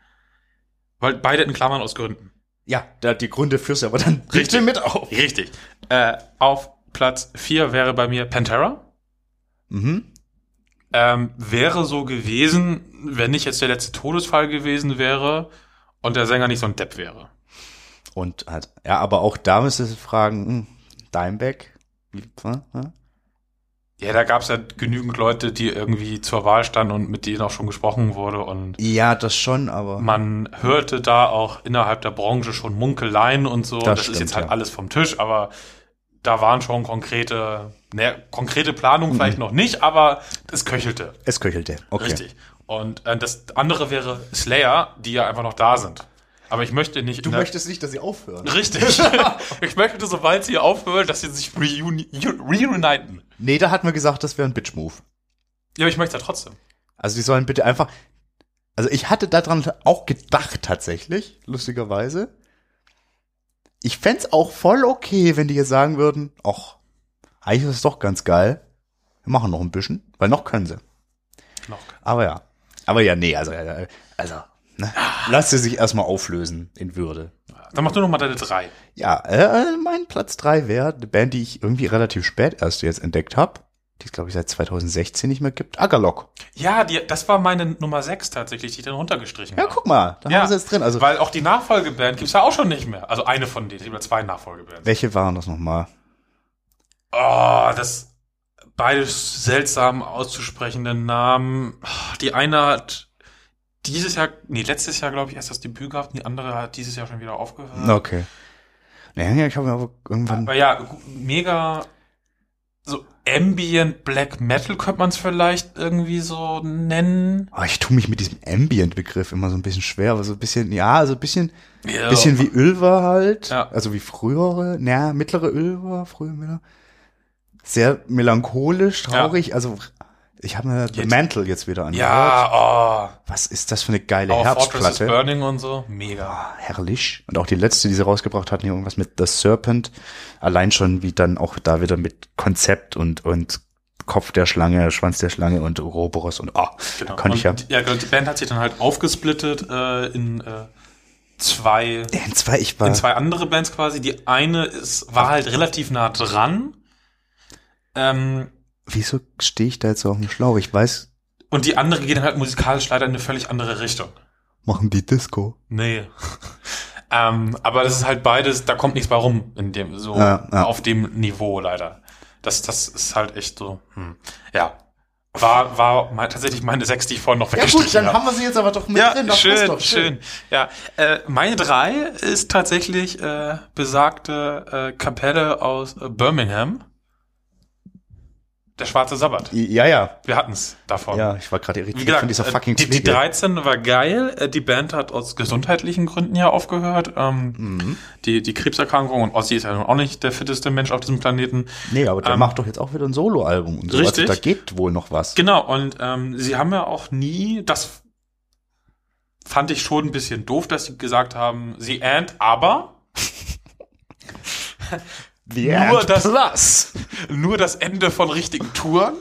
Speaker 2: Weil beide in Klammern aus Gründen.
Speaker 3: Ja, da die Gründe fürs aber dann
Speaker 2: Richtig.
Speaker 3: richtig mit auf.
Speaker 2: Richtig. Äh, auf Platz vier wäre bei mir Pantera.
Speaker 3: Mhm.
Speaker 2: Ähm, wäre so gewesen, wenn nicht jetzt der letzte Todesfall gewesen wäre und der Sänger nicht so ein Depp wäre.
Speaker 3: Und halt, ja, aber auch da müsstest du fragen, hm, Dimebag, hm, hm?
Speaker 2: Ja, da gab es ja genügend Leute, die irgendwie zur Wahl standen und mit denen auch schon gesprochen wurde. Und
Speaker 3: Ja, das schon, aber.
Speaker 2: man hörte da auch innerhalb der Branche schon Munkeleien und so. Das,
Speaker 3: Das
Speaker 2: ist
Speaker 3: stimmt,
Speaker 2: jetzt halt
Speaker 3: ja.
Speaker 2: alles vom Tisch, aber da waren schon konkrete, ne, konkrete Planung vielleicht noch nicht, aber es köchelte.
Speaker 3: es köchelte. Mhm. Okay.
Speaker 2: Richtig. Und äh, das andere wäre Slayer, die ja einfach noch da sind. Aber ich möchte nicht.
Speaker 3: Du
Speaker 2: ne-
Speaker 3: möchtest nicht, dass sie aufhören.
Speaker 2: Richtig. ich möchte, sobald sie aufhören, dass sie sich reuni reuniten.
Speaker 3: Nee, da hat man gesagt, das wäre ein Bitch-Move.
Speaker 2: Ja, aber ich möchte es ja trotzdem.
Speaker 3: Also die sollen bitte einfach. Also ich hatte daran auch gedacht tatsächlich, lustigerweise. Ich fänd's auch voll okay, wenn die jetzt sagen würden, ach, eigentlich ist es doch ganz geil. Wir machen noch ein bisschen, weil noch können sie.
Speaker 2: Noch.
Speaker 3: Aber ja. Aber ja, nee, also, äh, also, ne? Lass sie sich erstmal auflösen in Würde.
Speaker 2: Dann mach du noch mal deine drei.
Speaker 3: Ja, äh, mein Platz drei wäre eine Band, die ich irgendwie relativ spät erst jetzt entdeckt hab, Die es, glaube ich, seit 2016 nicht mehr gibt. Agalok.
Speaker 2: Ja, die, das war meine Nummer sechs tatsächlich, die ich dann runtergestrichen
Speaker 3: Ja,
Speaker 2: habe.
Speaker 3: guck mal, da
Speaker 2: Genau. Ja,
Speaker 3: haben sie es drin. Also,
Speaker 2: Weil auch die Nachfolgeband gibt's ja auch schon nicht mehr. Also eine von denen. Es gibt ja zwei Nachfolgebands.
Speaker 3: welche waren das nochmal?
Speaker 2: Oh, das beides seltsam auszusprechende Namen. Oh, Die eine hat dieses Jahr, nee, letztes Jahr, glaube ich, erst das Debüt gehabt und die andere hat dieses Jahr schon wieder aufgehört.
Speaker 3: Okay. Naja, ich habe mir aber irgendwann.
Speaker 2: Aber ja, gu- mega so Ambient Black Metal könnte man es vielleicht irgendwie so nennen.
Speaker 3: Oh, ich tue mich mit diesem Ambient-Begriff immer so ein bisschen schwer, aber so ein bisschen, ja, also ein bisschen,
Speaker 2: Ja.
Speaker 3: bisschen wie Ulver halt.
Speaker 2: Ja.
Speaker 3: Also wie frühere, naja, mittlere Ulver, frühe Miller. Sehr melancholisch, traurig. Also ich habe mir The
Speaker 2: Jetzt-
Speaker 3: Mantle jetzt wieder angehört.
Speaker 2: Ja,
Speaker 3: Was ist das für eine geile
Speaker 2: oh. Our Fortress is
Speaker 3: Herbstplatte?
Speaker 2: Burning und so. Mega.
Speaker 3: Ah, Herrlich. Und auch die letzte, die sie rausgebracht hatten, hier irgendwas mit The Serpent. Allein schon, wie dann auch da wieder mit Konzept und, und Kopf der Schlange, Schwanz der Schlange und Ouroboros und ah, da kann ich ja.
Speaker 2: Genau. Und, ja, die Band hat sich dann halt aufgesplittet äh, in äh, zwei
Speaker 3: In zwei, ich war.
Speaker 2: in zwei andere Bands quasi. Die eine ist, war halt relativ nah dran. Ähm,
Speaker 3: Wieso stehe ich da jetzt so auf dem Schlauch? Ich weiß,
Speaker 2: und die andere geht dann halt musikalisch leider in eine völlig andere Richtung.
Speaker 3: machen die Disco.
Speaker 2: Nee. Ähm, aber das ist halt beides, da kommt nichts bei rum in dem, so
Speaker 3: Ja, ja.
Speaker 2: auf dem Niveau leider. Das, das ist halt echt so, hm. ja. War, war mein, tatsächlich meine sechs, die ich vorhin noch
Speaker 3: Ja
Speaker 2: weggestrichen
Speaker 3: gut, dann
Speaker 2: habe.
Speaker 3: haben wir sie jetzt aber doch mit
Speaker 2: Ja,
Speaker 3: drin. das
Speaker 2: schön,
Speaker 3: passt doch,
Speaker 2: schön, Ja, äh, meine drei ist tatsächlich äh, besagte äh, Kapelle aus äh, Birmingham. Der Schwarze Sabbat.
Speaker 3: Ja, ja,
Speaker 2: Wir hatten's davon.
Speaker 3: ja, ich war gerade irritiert
Speaker 2: Oh. Wie gesagt,
Speaker 3: von dieser
Speaker 2: äh,
Speaker 3: fucking
Speaker 2: die, die
Speaker 3: Fliege.
Speaker 2: 13 war geil. Äh, Die Band hat aus gesundheitlichen Gründen ja aufgehört. Ähm,
Speaker 3: Mhm.
Speaker 2: die, die Krebserkrankung und Ozzy ist ja nun auch nicht der fitteste Mensch auf diesem Planeten.
Speaker 3: Nee, aber der
Speaker 2: Ähm,
Speaker 3: macht doch jetzt auch wieder ein Soloalbum und so. Also
Speaker 2: richtig.
Speaker 3: da geht wohl noch was.
Speaker 2: Genau, und ähm, sie haben ja auch nie, das fand ich schon ein bisschen doof, dass sie gesagt haben, sie and, aber
Speaker 3: The
Speaker 2: Nur das-
Speaker 3: Plus.
Speaker 2: nur das Ende von richtigen Touren.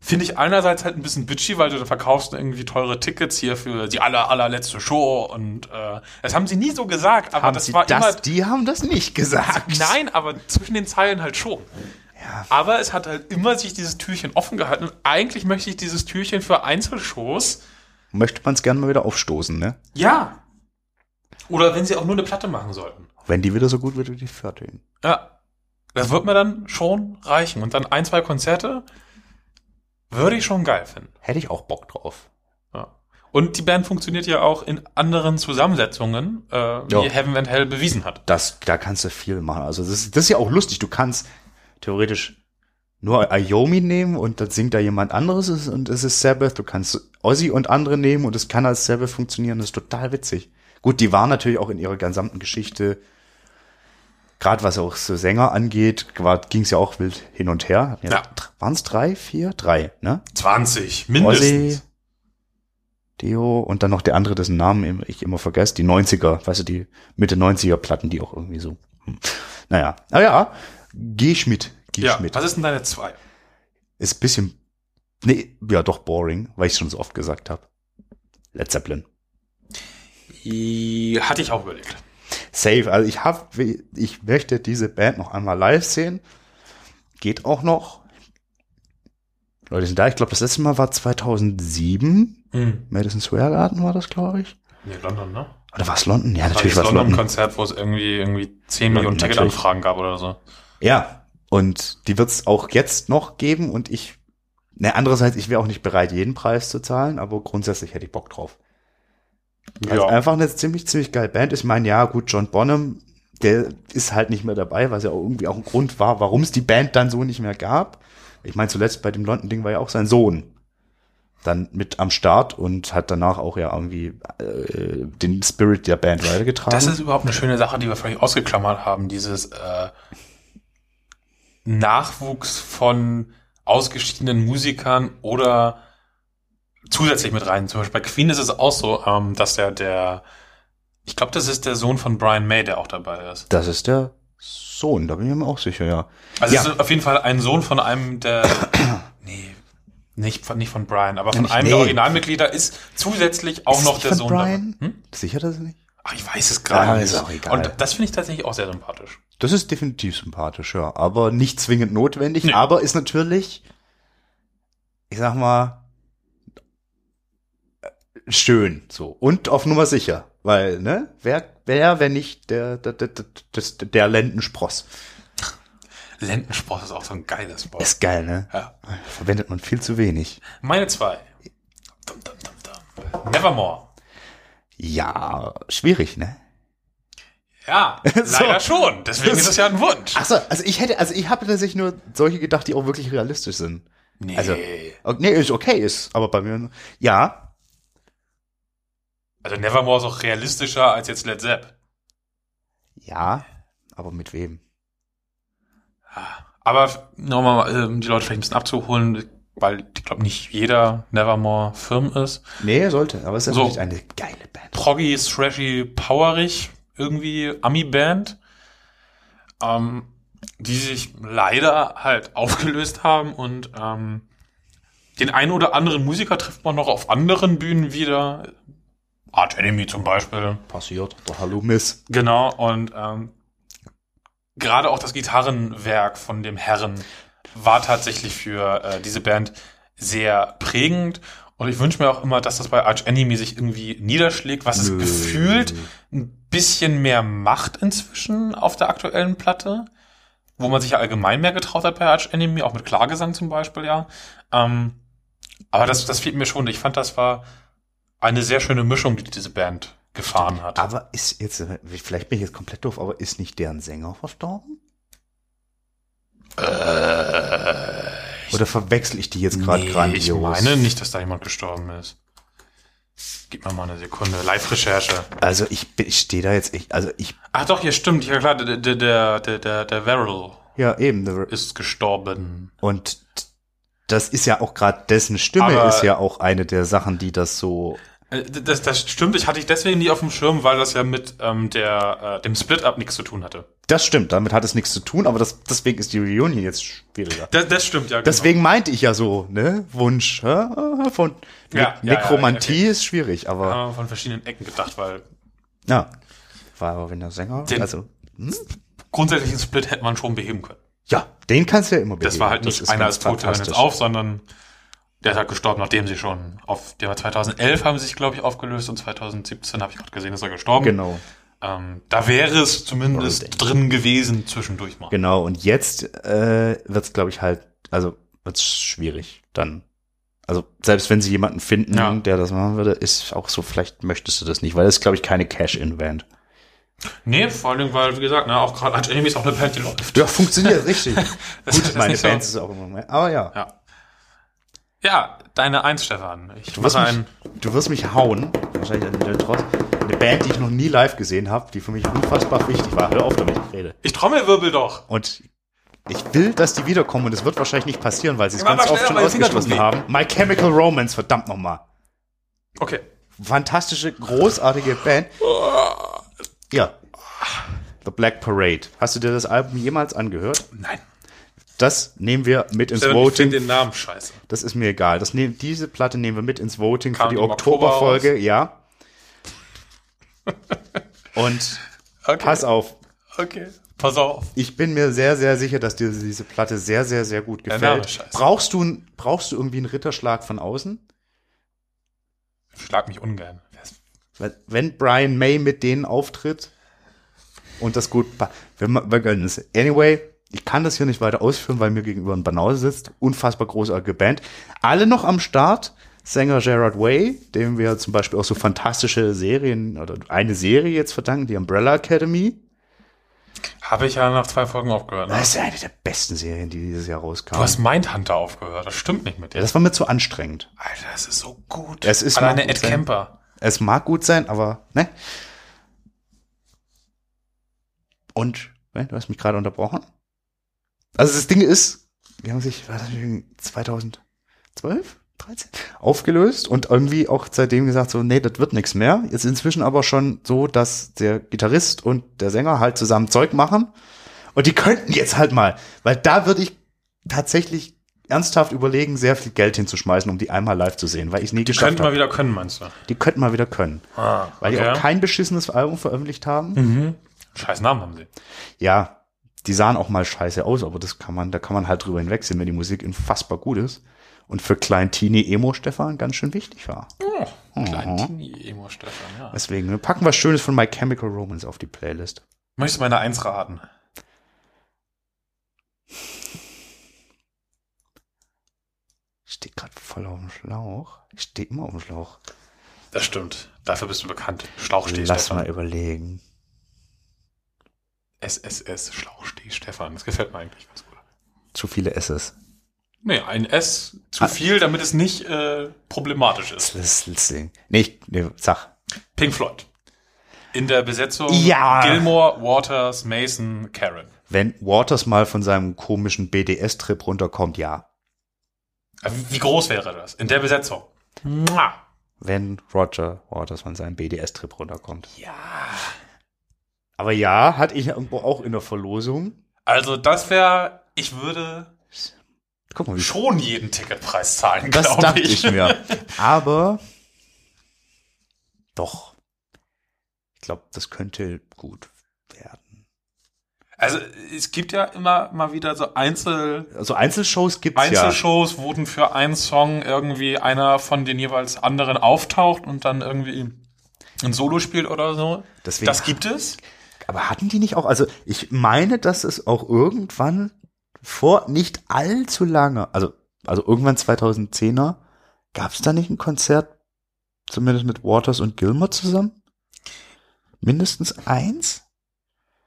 Speaker 2: Finde ich einerseits halt ein bisschen bitchy, weil du da verkaufst irgendwie teure Tickets hier für die aller, allerletzte Show und äh, das haben sie nie so gesagt, aber
Speaker 3: Haben
Speaker 2: das
Speaker 3: sie
Speaker 2: war
Speaker 3: das,
Speaker 2: immer.
Speaker 3: die haben das nicht gesagt.
Speaker 2: Nein, aber zwischen den Zeilen halt schon. Aber es hat halt immer sich dieses Türchen offen gehalten. Und eigentlich möchte ich dieses Türchen für Einzelshows
Speaker 3: Möchte man es gerne mal wieder aufstoßen, ne?
Speaker 2: Ja. Oder wenn sie auch nur eine Platte machen sollten.
Speaker 3: Wenn die wieder so gut wird wie die Vierteln.
Speaker 2: Ja. Das wird mir dann schon reichen. Und dann ein, zwei Konzerte würde ich schon geil finden.
Speaker 3: Hätte ich auch Bock drauf.
Speaker 2: Ja. Und die Band funktioniert ja auch in anderen Zusammensetzungen, äh,
Speaker 3: Ja.
Speaker 2: wie Heaven and Hell bewiesen hat.
Speaker 3: Das, da kannst du viel machen. Also das ist, das ist ja auch lustig. Du kannst theoretisch nur Ayomi nehmen und dann singt da jemand anderes es- und es ist Sabbath. Du kannst Ozzy und andere nehmen und es kann als Sabbath funktionieren. Das ist total witzig. Gut, die waren natürlich auch in ihrer gesamten Geschichte, gerade was auch so Sänger angeht, ging es ja auch wild hin und her. Hatten
Speaker 2: Ja.
Speaker 3: Waren es drei, vier? Drei, ne?
Speaker 2: 20,
Speaker 3: Ozzy,
Speaker 2: mindestens.
Speaker 3: Dio und dann noch der andere, dessen Namen ich immer vergesse, die 90er, weißt du, die Mitte 90er Platten, die auch irgendwie so. Hm. Naja, naja, G. Schmidt, G.
Speaker 2: Ja,
Speaker 3: Schmidt.
Speaker 2: was ist denn deine zwei?
Speaker 3: Ist bisschen, nee, ja doch boring, weil ich schon so oft gesagt habe. Led Zeppelin.
Speaker 2: Die hatte ich auch überlegt.
Speaker 3: Safe, also ich hab, ich möchte diese Band noch einmal live sehen. Geht auch noch. Leute sind da, ich glaube, das letzte Mal war 2007.
Speaker 2: Hm.
Speaker 3: Madison Square Garden war das, glaube ich.
Speaker 2: Nee, London, ne?
Speaker 3: Oder war es London? Ja, natürlich
Speaker 2: war
Speaker 3: war
Speaker 2: das
Speaker 3: es London.
Speaker 2: London-Konzert, wo es irgendwie, irgendwie 10
Speaker 3: London,
Speaker 2: Millionen
Speaker 3: natürlich.
Speaker 2: Ticketanfragen gab oder so.
Speaker 3: Ja, und die wird's auch jetzt noch geben und ich, ne, andererseits, ich wäre auch nicht bereit, jeden Preis zu zahlen, aber grundsätzlich hätte ich Bock drauf. Weil es einfach eine ziemlich, ziemlich geile Band ist. Ich meine, ja, gut, John Bonham, der ist halt nicht mehr dabei, was ja auch irgendwie auch ein Grund war, warum es die Band dann so nicht mehr gab. Ich meine, zuletzt bei dem London-Ding war ja auch sein Sohn dann mit am Start und hat danach auch ja irgendwie äh, den Spirit der Band weitergetragen.
Speaker 2: Das ist überhaupt eine schöne Sache, die wir völlig ausgeklammert haben, dieses äh, Nachwuchs von ausgeschiedenen Musikern oder zusätzlich mit rein. Zum Beispiel bei Queen ist es auch so, ähm, dass der, der, ich glaube, das ist der Sohn von Brian May, der auch dabei ist.
Speaker 3: das ist der Sohn, da bin ich mir auch sicher, ja.
Speaker 2: Also es
Speaker 3: Ja.
Speaker 2: ist auf jeden Fall ein Sohn von einem der, nee, nicht von, nicht von Brian, aber von
Speaker 3: nicht-
Speaker 2: einem
Speaker 3: nee.
Speaker 2: der Originalmitglieder ist zusätzlich auch
Speaker 3: Ist es
Speaker 2: noch
Speaker 3: nicht
Speaker 2: der
Speaker 3: von
Speaker 2: Sohn
Speaker 3: Brian?
Speaker 2: dabei. Hm?
Speaker 3: Sicher das nicht?
Speaker 2: Ach, ich weiß es gerade
Speaker 3: Ah,
Speaker 2: nicht.
Speaker 3: ist auch egal.
Speaker 2: Und das finde ich tatsächlich auch sehr sympathisch.
Speaker 3: Das ist definitiv sympathisch, ja. Aber nicht zwingend notwendig,
Speaker 2: Nee.
Speaker 3: aber ist natürlich, ich sag mal, äh, schön so. Und auf Nummer sicher. Weil, ne? Wer, wer wenn nicht der, der, der, der, das- der Lendenspross?
Speaker 2: Lendensport ist auch so ein geiles Wort.
Speaker 3: Ist geil, ne?
Speaker 2: Ja.
Speaker 3: Verwendet man viel zu wenig.
Speaker 2: Meine zwei. Dum, dum, dum, dum. Nevermore.
Speaker 3: Ja, schwierig, ne?
Speaker 2: Ja, leider schon. Deswegen ist es ja ein Wunsch.
Speaker 3: Achso, also ich hätte, also ich habe tatsächlich nur solche gedacht, die auch wirklich realistisch sind.
Speaker 2: Nee.
Speaker 3: Also, okay, nee, ist okay, ist, aber bei mir, ja,
Speaker 2: Also Nevermore ist auch realistischer als jetzt Led Zepp.
Speaker 3: ja, aber mit wem?
Speaker 2: Aber nochmal, um die Leute vielleicht ein bisschen abzuholen, weil ich glaube nicht jeder Nevermore Firm ist.
Speaker 3: Nee, sollte, aber es ist
Speaker 2: So.
Speaker 3: wirklich eine geile Band.
Speaker 2: Proggy, thrashy, powerig, irgendwie Ami-Band, ähm, die sich leider halt aufgelöst haben und ähm, den einen oder anderen Musiker trifft man noch auf anderen Bühnen wieder. Art Enemy zum Beispiel.
Speaker 3: Passiert. Oder Hallo Miss.
Speaker 2: Genau, und ähm, gerade auch das Gitarrenwerk von dem Herren war tatsächlich für äh, diese Band sehr prägend. Und ich wünsche mir auch immer, dass das bei Arch Enemy sich irgendwie niederschlägt, was es gefühlt ein bisschen mehr Macht inzwischen auf der aktuellen Platte, wo man sich ja allgemein mehr getraut hat bei Arch Enemy, auch mit Klagesang zum Beispiel, ja. Ähm, aber das, das fehlt mir schon. Ich fand, das war eine sehr schöne Mischung, die diese Band gefahren hat.
Speaker 3: Aber ist jetzt, äh, vielleicht bin ich jetzt komplett doof, aber ist nicht deren Sänger verstorben? Oder verwechsel ich die jetzt gerade grandios?
Speaker 2: Äh, ich meine nicht, dass da jemand gestorben ist. Gib mir mal eine Sekunde. Live-Recherche.
Speaker 3: Also ich, bin- ich stehe da jetzt echt, also ich,
Speaker 2: Ach doch, hier stimmt. Ja klar, der, der, der, der, der, der Verrill
Speaker 3: ja eben, the-
Speaker 2: ist gestorben.
Speaker 3: Und das ist ja auch gerade dessen Stimme
Speaker 2: Aber-
Speaker 3: ist ja auch eine der Sachen, die das so.
Speaker 2: Äh, Das, das stimmt, ich hatte ich deswegen nie auf dem Schirm, weil das ja mit ähm, der, äh, dem Split-Up nichts zu tun hatte.
Speaker 3: Das stimmt, damit hat es nichts zu tun, aber das, deswegen ist die Reunion jetzt schwieriger.
Speaker 2: Das, das stimmt, ja. Genau.
Speaker 3: Deswegen meinte ich ja so, ne? Wunsch hä? Ah, von
Speaker 2: Ja, ja, ja,
Speaker 3: Nekromantie ist schwierig, aber
Speaker 2: haben wir von verschiedenen Ecken gedacht, weil
Speaker 3: ja. War aber wenn der Sänger,
Speaker 2: Den-
Speaker 3: also hm?
Speaker 2: grundsätzlich einen Split hätte man schon beheben können.
Speaker 3: ja, den kannst du ja immer
Speaker 2: Das
Speaker 3: bewegen.
Speaker 2: war halt nicht
Speaker 3: ist
Speaker 2: einer
Speaker 3: ganz
Speaker 2: als Tote hören jetzt
Speaker 3: fantastisch.
Speaker 2: auf, sondern der ist halt gestorben, nachdem sie schon auf dem 2011 haben sie sich, glaube ich, aufgelöst und 2017 habe ich gerade gesehen, ist er gestorben.
Speaker 3: Genau,
Speaker 2: Ähm, da wäre es zumindest drin gewesen zwischendurch mal.
Speaker 3: genau. Und jetzt äh, wird's, glaube ich, halt, also wird's schwierig dann. Also selbst wenn sie jemanden finden,
Speaker 2: Ja.
Speaker 3: der das machen würde, ist auch so, vielleicht möchtest du das nicht, weil das ist, glaube ich, keine Cash-In-Band.
Speaker 2: Nee, vor allen Dingen, weil, wie gesagt, ne, auch gerade Arch Enemy ist auch eine Band, die läuft.
Speaker 3: Ja, funktioniert richtig.
Speaker 2: Das
Speaker 3: Gut,
Speaker 2: ist
Speaker 3: meine
Speaker 2: nicht so-
Speaker 3: Fans ist auch immer mehr. Aber ja,
Speaker 2: Ja. Ja, deine Eins, Stefan. Ich
Speaker 3: du wirst,
Speaker 2: mache
Speaker 3: mich,
Speaker 2: ein.
Speaker 3: du wirst mich hauen, wahrscheinlich an den Trotz. Eine Band, die ich noch nie live gesehen habe, die für mich unfassbar wichtig war. Hör auf damit, ich rede.
Speaker 2: Ich trommelwirbel doch.
Speaker 3: Und ich will, dass die wiederkommen und es wird wahrscheinlich nicht passieren, weil sie es
Speaker 2: Mach
Speaker 3: ganz
Speaker 2: mal schneller,
Speaker 3: oft schon
Speaker 2: meine Finger
Speaker 3: ausgeschlossen
Speaker 2: tun weh.
Speaker 3: haben. My Chemical Romance, verdammt nochmal.
Speaker 2: Okay.
Speaker 3: Fantastische, großartige Band. Ja. The Black Parade. Hast du dir das Album jemals angehört?
Speaker 2: Nein.
Speaker 3: Das nehmen wir mit ins
Speaker 2: Stefan, Ich finde
Speaker 3: Voting.
Speaker 2: den Namen scheiße.
Speaker 3: Das ist mir egal. Das nehmen, diese Platte nehmen wir mit ins Voting
Speaker 2: Kam
Speaker 3: für die
Speaker 2: im Oktober
Speaker 3: Oktoberfolge, ja. Und
Speaker 2: Okay.
Speaker 3: pass auf,
Speaker 2: Okay. Pass auf.
Speaker 3: ich bin mir sehr, sehr sicher, dass dir diese Platte sehr, sehr, sehr gut
Speaker 2: Der Name
Speaker 3: gefällt.
Speaker 2: ist scheiße.
Speaker 3: Brauchst du, ein- brauchst du irgendwie einen Ritterschlag von außen?
Speaker 2: Schlag mich ungern.
Speaker 3: Weil, Wenn Brian May mit denen auftritt und das gut, pa- wir, ma- wir gönnen es. Anyway, ich kann das hier nicht weiter ausführen, weil mir gegenüber ein Banause sitzt. Unfassbar großartige Band. Alle noch am Start. Sänger Gerard Way, dem wir zum Beispiel auch so fantastische Serien oder eine Serie jetzt verdanken, die Umbrella Academy.
Speaker 2: Habe ich ja nach zwei Folgen aufgehört. Ne?
Speaker 3: Das ist ja eine der besten Serien, die dieses Jahr rauskam.
Speaker 2: Du hast Mindhunter aufgehört. Das stimmt nicht mit dir.
Speaker 3: Ja, das war mir zu anstrengend.
Speaker 2: Alter, das ist so gut.
Speaker 3: Es ist mal
Speaker 2: Alleine
Speaker 3: gut
Speaker 2: Ed
Speaker 3: sein.
Speaker 2: Kemper.
Speaker 3: Es mag gut sein, aber ne. Und, ne, du hast mich gerade unterbrochen. Also das Ding ist, die haben sich war das irgendwie 2012, 13 aufgelöst und irgendwie auch seitdem gesagt so, nee, das wird nichts mehr. Jetzt inzwischen aber schon so, dass der Gitarrist und der Sänger halt zusammen Zeug machen und die könnten jetzt halt mal, weil da würde ich tatsächlich ernsthaft überlegen, sehr viel Geld hinzuschmeißen, um die einmal live zu sehen, weil ich nie geschafft
Speaker 2: Könnte mal
Speaker 3: habe.
Speaker 2: wieder können, meinst du?
Speaker 3: Die könnten mal wieder können.
Speaker 2: Ah,
Speaker 3: Weil die auch kein beschissenes Album veröffentlicht haben.
Speaker 2: mhm. Scheiß Namen haben sie.
Speaker 3: Ja, die sahen auch mal scheiße aus, aber das kann man, da kann man halt drüber hinwegsehen, wenn die Musik unfassbar gut ist. Und für Klein Teenie Emo Stefan ganz schön wichtig war.
Speaker 2: Oh,
Speaker 3: Mhm.
Speaker 2: Klein Teenie-Emo, Stefan, ja.
Speaker 3: Deswegen, wir packen was Schönes von My Chemical Romance auf die Playlist.
Speaker 2: Möchtest du meine Eins raten?
Speaker 3: Ich stehe gerade voll auf dem Schlauch. Ich stehe immer auf dem Schlauch.
Speaker 2: Das stimmt. Dafür bist du bekannt. Schlauchsteh,
Speaker 3: Lass
Speaker 2: Stefan.
Speaker 3: mal überlegen.
Speaker 2: SSS, Schlauchsteh, Stefan. Das gefällt mir eigentlich ganz gut.
Speaker 3: Zu viele S's.
Speaker 2: Nee, ein S zu
Speaker 3: Ah.
Speaker 2: viel, damit es nicht äh, problematisch ist.
Speaker 3: Let's, let's sing. Nee, ich, nee, sag.
Speaker 2: Pink Floyd. In der Besetzung
Speaker 3: Ja.
Speaker 2: Gilmore, Waters, Mason, Karen.
Speaker 3: Wenn Waters mal von seinem komischen BDS-Trip runterkommt, ja.
Speaker 2: Äh, Wie groß wäre das? In der Besetzung. Mua.
Speaker 3: wenn Roger Waters von seinem BDS-Trip runterkommt.
Speaker 2: Ja.
Speaker 3: Aber ja, hatte ich irgendwo auch in der Verlosung.
Speaker 2: Also das wäre, ich würde
Speaker 3: Guck mal, wie
Speaker 2: schon jeden Ticketpreis zahlen,
Speaker 3: das
Speaker 2: glaube
Speaker 3: dachte
Speaker 2: ich.
Speaker 3: ich mir. Aber doch. Ich glaube, das könnte gut werden.
Speaker 2: Also es gibt ja immer mal wieder so Einzel...
Speaker 3: Also Einzelshows gibt's ja.
Speaker 2: Einzelshows, wo dann für einen Song irgendwie einer von den jeweils anderen auftaucht und dann irgendwie ein Solo spielt oder so.
Speaker 3: Deswegen-
Speaker 2: das gibt es.
Speaker 3: Aber hatten die nicht auch, also ich meine, dass es auch irgendwann vor nicht allzu lange, also, also irgendwann 2010er, gab es da nicht ein Konzert, zumindest mit Waters und Gilmore zusammen? Mindestens eins?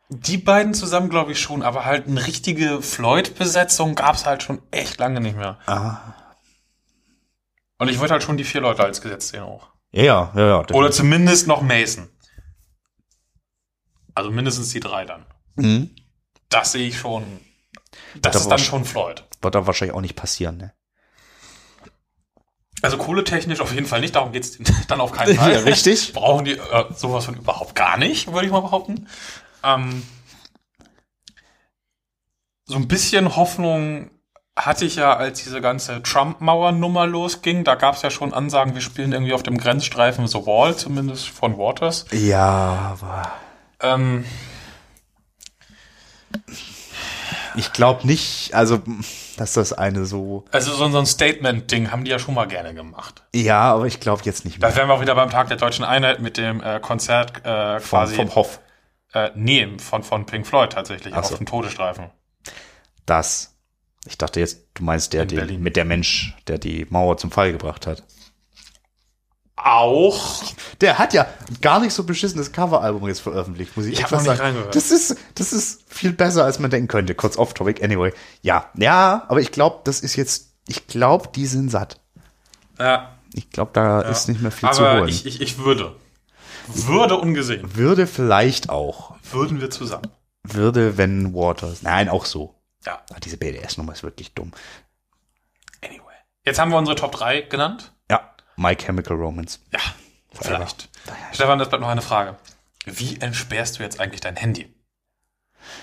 Speaker 2: Die beiden zusammen glaube ich schon, aber halt eine richtige Floyd-Besetzung gab es halt schon echt lange nicht mehr.
Speaker 3: Ah.
Speaker 2: Und ich wollte halt schon die vier Leute als Gesetz sehen auch.
Speaker 3: Ja, ja, ja. ja
Speaker 2: Oder zumindest noch Mason. Also mindestens die drei dann.
Speaker 3: mhm.
Speaker 2: Das sehe ich schon. Das
Speaker 3: Da
Speaker 2: ist
Speaker 3: war-
Speaker 2: dann schon Floyd.
Speaker 3: Wird da wahrscheinlich auch nicht passieren, ne?
Speaker 2: Also kohletechnisch auf jeden Fall nicht, darum geht's dann auf keinen Fall.
Speaker 3: richtig.
Speaker 2: Brauchen die äh, sowas von überhaupt gar nicht, würde ich mal behaupten. Ähm, so ein bisschen Hoffnung hatte ich ja, als diese ganze Trump-Mauer-Nummer losging. Da gab's ja schon Ansagen, wir spielen irgendwie auf dem Grenzstreifen The Wall, zumindest von Waters.
Speaker 3: Ja, aber
Speaker 2: Ähm,
Speaker 3: ich glaube nicht, also, dass das eine so.
Speaker 2: also so so ein Statement-Ding haben die ja schon mal gerne gemacht.
Speaker 3: Ja, aber ich glaube jetzt nicht mehr.
Speaker 2: Da wären wir auch wieder beim Tag der Deutschen Einheit mit dem äh, Konzert äh,
Speaker 3: Vom,
Speaker 2: quasi.
Speaker 3: vom Hoff.
Speaker 2: äh, nee, von, von Pink Floyd tatsächlich,
Speaker 3: Ach so.
Speaker 2: auf dem Todesstreifen.
Speaker 3: Das. Ich dachte jetzt, du meinst der,
Speaker 2: In
Speaker 3: den,
Speaker 2: Berlin.
Speaker 3: mit der Mensch, der die Mauer zum Fall gebracht hat.
Speaker 2: Auch.
Speaker 3: Der hat ja gar nicht so beschissenes Coveralbum jetzt veröffentlicht, muss ich,
Speaker 2: Ich hab
Speaker 3: einfach
Speaker 2: noch nicht
Speaker 3: sagen.
Speaker 2: reingehört.
Speaker 3: Das ist, das ist viel besser, als man denken könnte. Kurz off topic, anyway. Ja, ja, aber ich glaube, das ist jetzt, ich glaube, die sind satt.
Speaker 2: Ja,
Speaker 3: Ich glaube, da
Speaker 2: ja.
Speaker 3: ist nicht mehr viel
Speaker 2: Aber
Speaker 3: zu holen.
Speaker 2: Ich, ich, ich würde. Würde ungesehen.
Speaker 3: würde vielleicht auch.
Speaker 2: Würden wir zusammen.
Speaker 3: Würde, wenn Waters. Nein, auch so.
Speaker 2: Ja,
Speaker 3: Ah, diese BDS-Nummer ist wirklich dumm.
Speaker 2: anyway. Jetzt haben wir unsere Top 3 genannt.
Speaker 3: Ja, My Chemical Romance.
Speaker 2: Ja, vielleicht. Stefan, das bleibt noch eine Frage. Wie entsperrst du jetzt eigentlich dein Handy?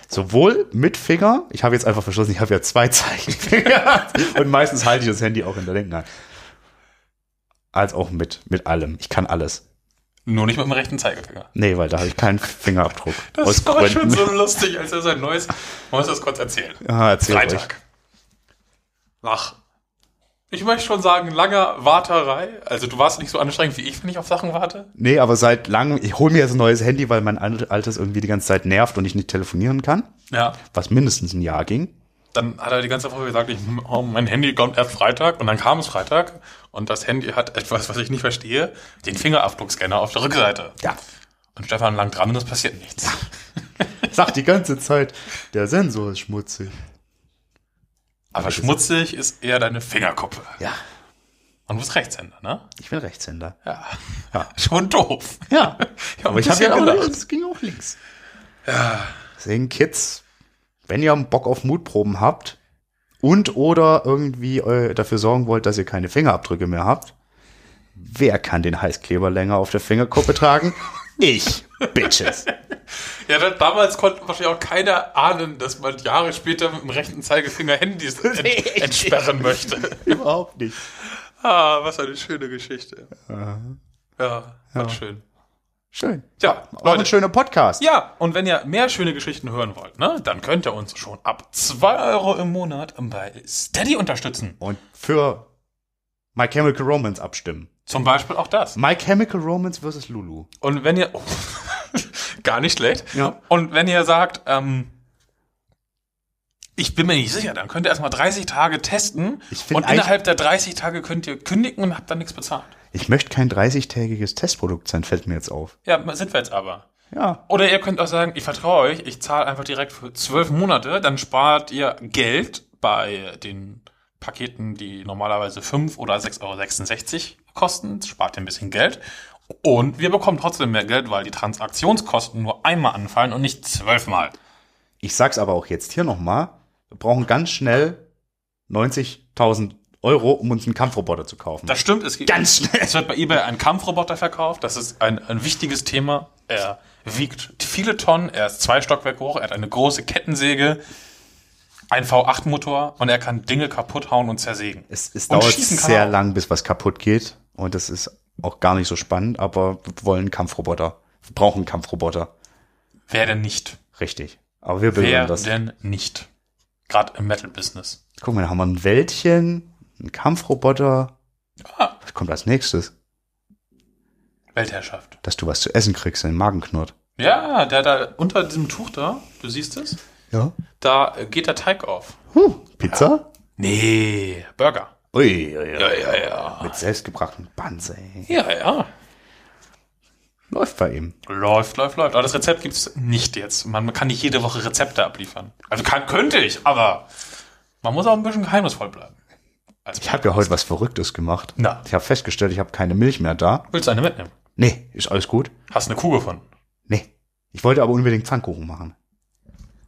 Speaker 3: Sowohl mit Finger, ich habe jetzt einfach verschlossen, ich habe ja zwei Zeichenfinger und meistens halte ich das Handy auch in der linken Hand. Als auch mit, mit allem. Ich kann alles.
Speaker 2: Nur nicht mit dem rechten Zeigefinger.
Speaker 3: Nee, weil da habe ich keinen Fingerabdruck. Aus
Speaker 2: war schon
Speaker 3: Gründen.
Speaker 2: so lustig, als er sein neues. Man muss das kurz erzählen.
Speaker 3: Ah, erzähl ruhig.
Speaker 2: Freitag. Nach, ich möchte schon sagen, langer Warterei. Also du warst nicht so anstrengend wie ich, wenn ich auf Sachen warte.
Speaker 3: Nee, aber seit langem, ich hole mir jetzt ein neues Handy, weil mein al- altes irgendwie die ganze Zeit nervt und ich nicht telefonieren kann.
Speaker 2: Ja.
Speaker 3: Was mindestens ein Jahr ging.
Speaker 2: Dann hat er die ganze Woche gesagt, ich, oh, mein Handy kommt erst Freitag und dann kam es Freitag und das Handy hat etwas, was ich nicht verstehe, den Fingerabdruckscanner auf der Rückseite.
Speaker 3: Ja.
Speaker 2: Und Stefan lang dran und es passiert nichts.
Speaker 3: Sagt die ganze Zeit, der Sensor ist schmutzig.
Speaker 2: Aber schmutzig ist eher deine Fingerkuppe.
Speaker 3: Ja,
Speaker 2: Und du bist Rechtshänder, ne?
Speaker 3: ich bin Rechtshänder.
Speaker 2: Ja.
Speaker 3: Ja.
Speaker 2: Schon doof.
Speaker 3: Ja.
Speaker 2: Ja,
Speaker 3: Aber ich
Speaker 2: ein
Speaker 3: habe ja
Speaker 2: bisschen
Speaker 3: auch,
Speaker 2: gelacht.
Speaker 3: es ging auch links. Deswegen, Kids, wenn ihr Bock auf Mutproben habt und oder irgendwie äh, dafür sorgen wollt, dass ihr keine Fingerabdrücke mehr habt, wer kann den Heißkleber länger auf der Fingerkuppe tragen? Ich, Bitches.
Speaker 2: Ja, da, damals konnte wahrscheinlich auch keiner ahnen, dass man Jahre später mit dem rechten Zeigefinger Handys ent entsperren möchte.
Speaker 3: Überhaupt nicht.
Speaker 2: Ah, was eine schöne Geschichte. Ja, war schön.
Speaker 3: Schön.
Speaker 2: Tja,
Speaker 3: War ein
Speaker 2: Leute.
Speaker 3: schöner Podcast.
Speaker 2: Ja, und wenn ihr mehr schöne Geschichten hören wollt, ne, dann könnt ihr uns schon ab 2 Euro im Monat bei Steady unterstützen.
Speaker 3: Und für My Chemical Romance abstimmen.
Speaker 2: Zum Beispiel auch das.
Speaker 3: My Chemical Romance versus Lulu.
Speaker 2: Und wenn ihr. Oh, gar nicht schlecht.
Speaker 3: Ja.
Speaker 2: Und wenn ihr sagt, ähm, ich bin mir nicht sicher, dann könnt ihr erstmal 30 Tage testen
Speaker 3: Ich find
Speaker 2: und
Speaker 3: eigentlich-
Speaker 2: innerhalb der 30 Tage könnt ihr kündigen und habt dann nichts bezahlt.
Speaker 3: Ich möchte kein 30-tägiges Testprodukt sein, fällt mir jetzt auf.
Speaker 2: Ja, sind wir jetzt aber.
Speaker 3: Ja.
Speaker 2: Oder ihr könnt auch sagen, ich vertraue euch, ich zahle einfach direkt für zwölf Monate, dann spart ihr Geld bei den Paketen, die normalerweise 5 oder 6,66 Euro kosten, spart ihr ein bisschen Geld. Und wir bekommen trotzdem mehr Geld, weil die Transaktionskosten nur einmal anfallen und nicht zwölfmal.
Speaker 3: Ich sag's aber auch jetzt hier nochmal. Wir brauchen ganz schnell 90.000 Euro, um uns einen Kampfroboter zu kaufen.
Speaker 2: Das stimmt, es, gibt,
Speaker 3: Ganz schnell.
Speaker 2: es wird bei eBay ein Kampfroboter verkauft, das ist ein, ein wichtiges Thema. Er wiegt viele Tonnen, er ist zwei Stockwerke hoch, er hat eine große Kettensäge, ein V8-Motor und er kann Dinge kaputt hauen und zersägen.
Speaker 3: es es
Speaker 2: Und
Speaker 3: dauert
Speaker 2: schießen kann
Speaker 3: sehr
Speaker 2: er auch.
Speaker 3: lang, bis was kaputt geht. Und das ist auch gar nicht so spannend, aber wir wollen einen Kampfroboter. Wir brauchen einen Kampfroboter.
Speaker 2: Wer denn nicht?
Speaker 3: Richtig. Aber wir
Speaker 2: Wer
Speaker 3: belohnen das.
Speaker 2: denn nicht? Gerade im Metal-Business.
Speaker 3: Guck mal, da haben wir ein Wäldchen, einen Kampfroboter.
Speaker 2: Ah.
Speaker 3: Was kommt als nächstes?
Speaker 2: Weltherrschaft.
Speaker 3: dass du was zu essen kriegst, dein Magen knurrt.
Speaker 2: Ja, der da unter diesem Tuch da, du siehst es,
Speaker 3: Ja.
Speaker 2: da äh, geht der Teig auf.
Speaker 3: Huh, Pizza?
Speaker 2: Nee, Burger.
Speaker 3: Ui, ui, ui.
Speaker 2: ja, ja.
Speaker 3: Mit selbstgebrachten Banse. ey.
Speaker 2: Ja, ja.
Speaker 3: Läuft bei ihm.
Speaker 2: Läuft, läuft, läuft. Aber das Rezept gibt's nicht jetzt. Man kann nicht jede Woche Rezepte abliefern. Also kann, könnte ich, aber man muss auch ein bisschen geheimnisvoll bleiben. Also, Als
Speaker 3: Ich habe ja heute was Verrücktes gemacht.
Speaker 2: Na.
Speaker 3: Ich habe festgestellt, ich habe keine Milch mehr da.
Speaker 2: Willst du eine mitnehmen?
Speaker 3: Nee, ist alles gut.
Speaker 2: Hast eine Kuh gefunden.
Speaker 3: Nee. Ich wollte aber unbedingt Pfannkuchen machen.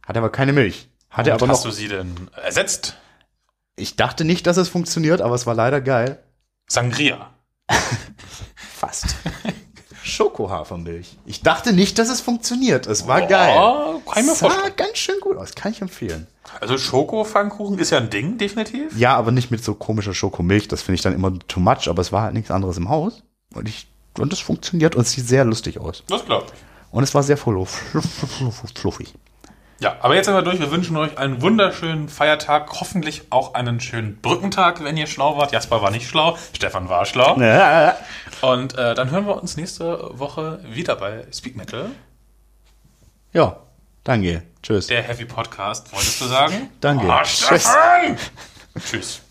Speaker 3: Hatte aber keine Milch. Hatte
Speaker 2: Und
Speaker 3: aber
Speaker 2: hast
Speaker 3: noch.
Speaker 2: du sie denn ersetzt?
Speaker 3: Ich dachte nicht, dass es funktioniert, aber es war leider geil.
Speaker 2: Sangria.
Speaker 3: Fast. Schokohafermilch. Ich dachte nicht, dass es funktioniert. Es war
Speaker 2: Boah,
Speaker 3: Ah, geil.
Speaker 2: Oh, Kann ich mir
Speaker 3: Sah
Speaker 2: vorstellen.
Speaker 3: ganz schön gut aus. Kann ich empfehlen.
Speaker 2: Also Schoko-Pfannkuchen ist ja ein Ding, definitiv.
Speaker 3: Ja, aber nicht mit so komischer Schokomilch. Das finde ich dann immer too much. Aber es war halt nichts anderes im Haus. Und ich und es funktioniert und es sieht sehr lustig aus.
Speaker 2: Das glaube ich.
Speaker 3: Und es war sehr fluff- fluff- fluff- fluffig.
Speaker 2: Ja, aber jetzt sind wir durch. Wir wünschen euch einen wunderschönen Feiertag. Hoffentlich auch einen schönen Brückentag, wenn ihr schlau wart. Jasper war nicht schlau, Stefan war schlau. Und äh, dann hören wir uns nächste Woche wieder bei Speak Metal.
Speaker 3: Ja, danke. Tschüss.
Speaker 2: Der Heavy Podcast, wolltest du sagen?
Speaker 3: Danke.
Speaker 2: Ah, Stefan! Tschüss.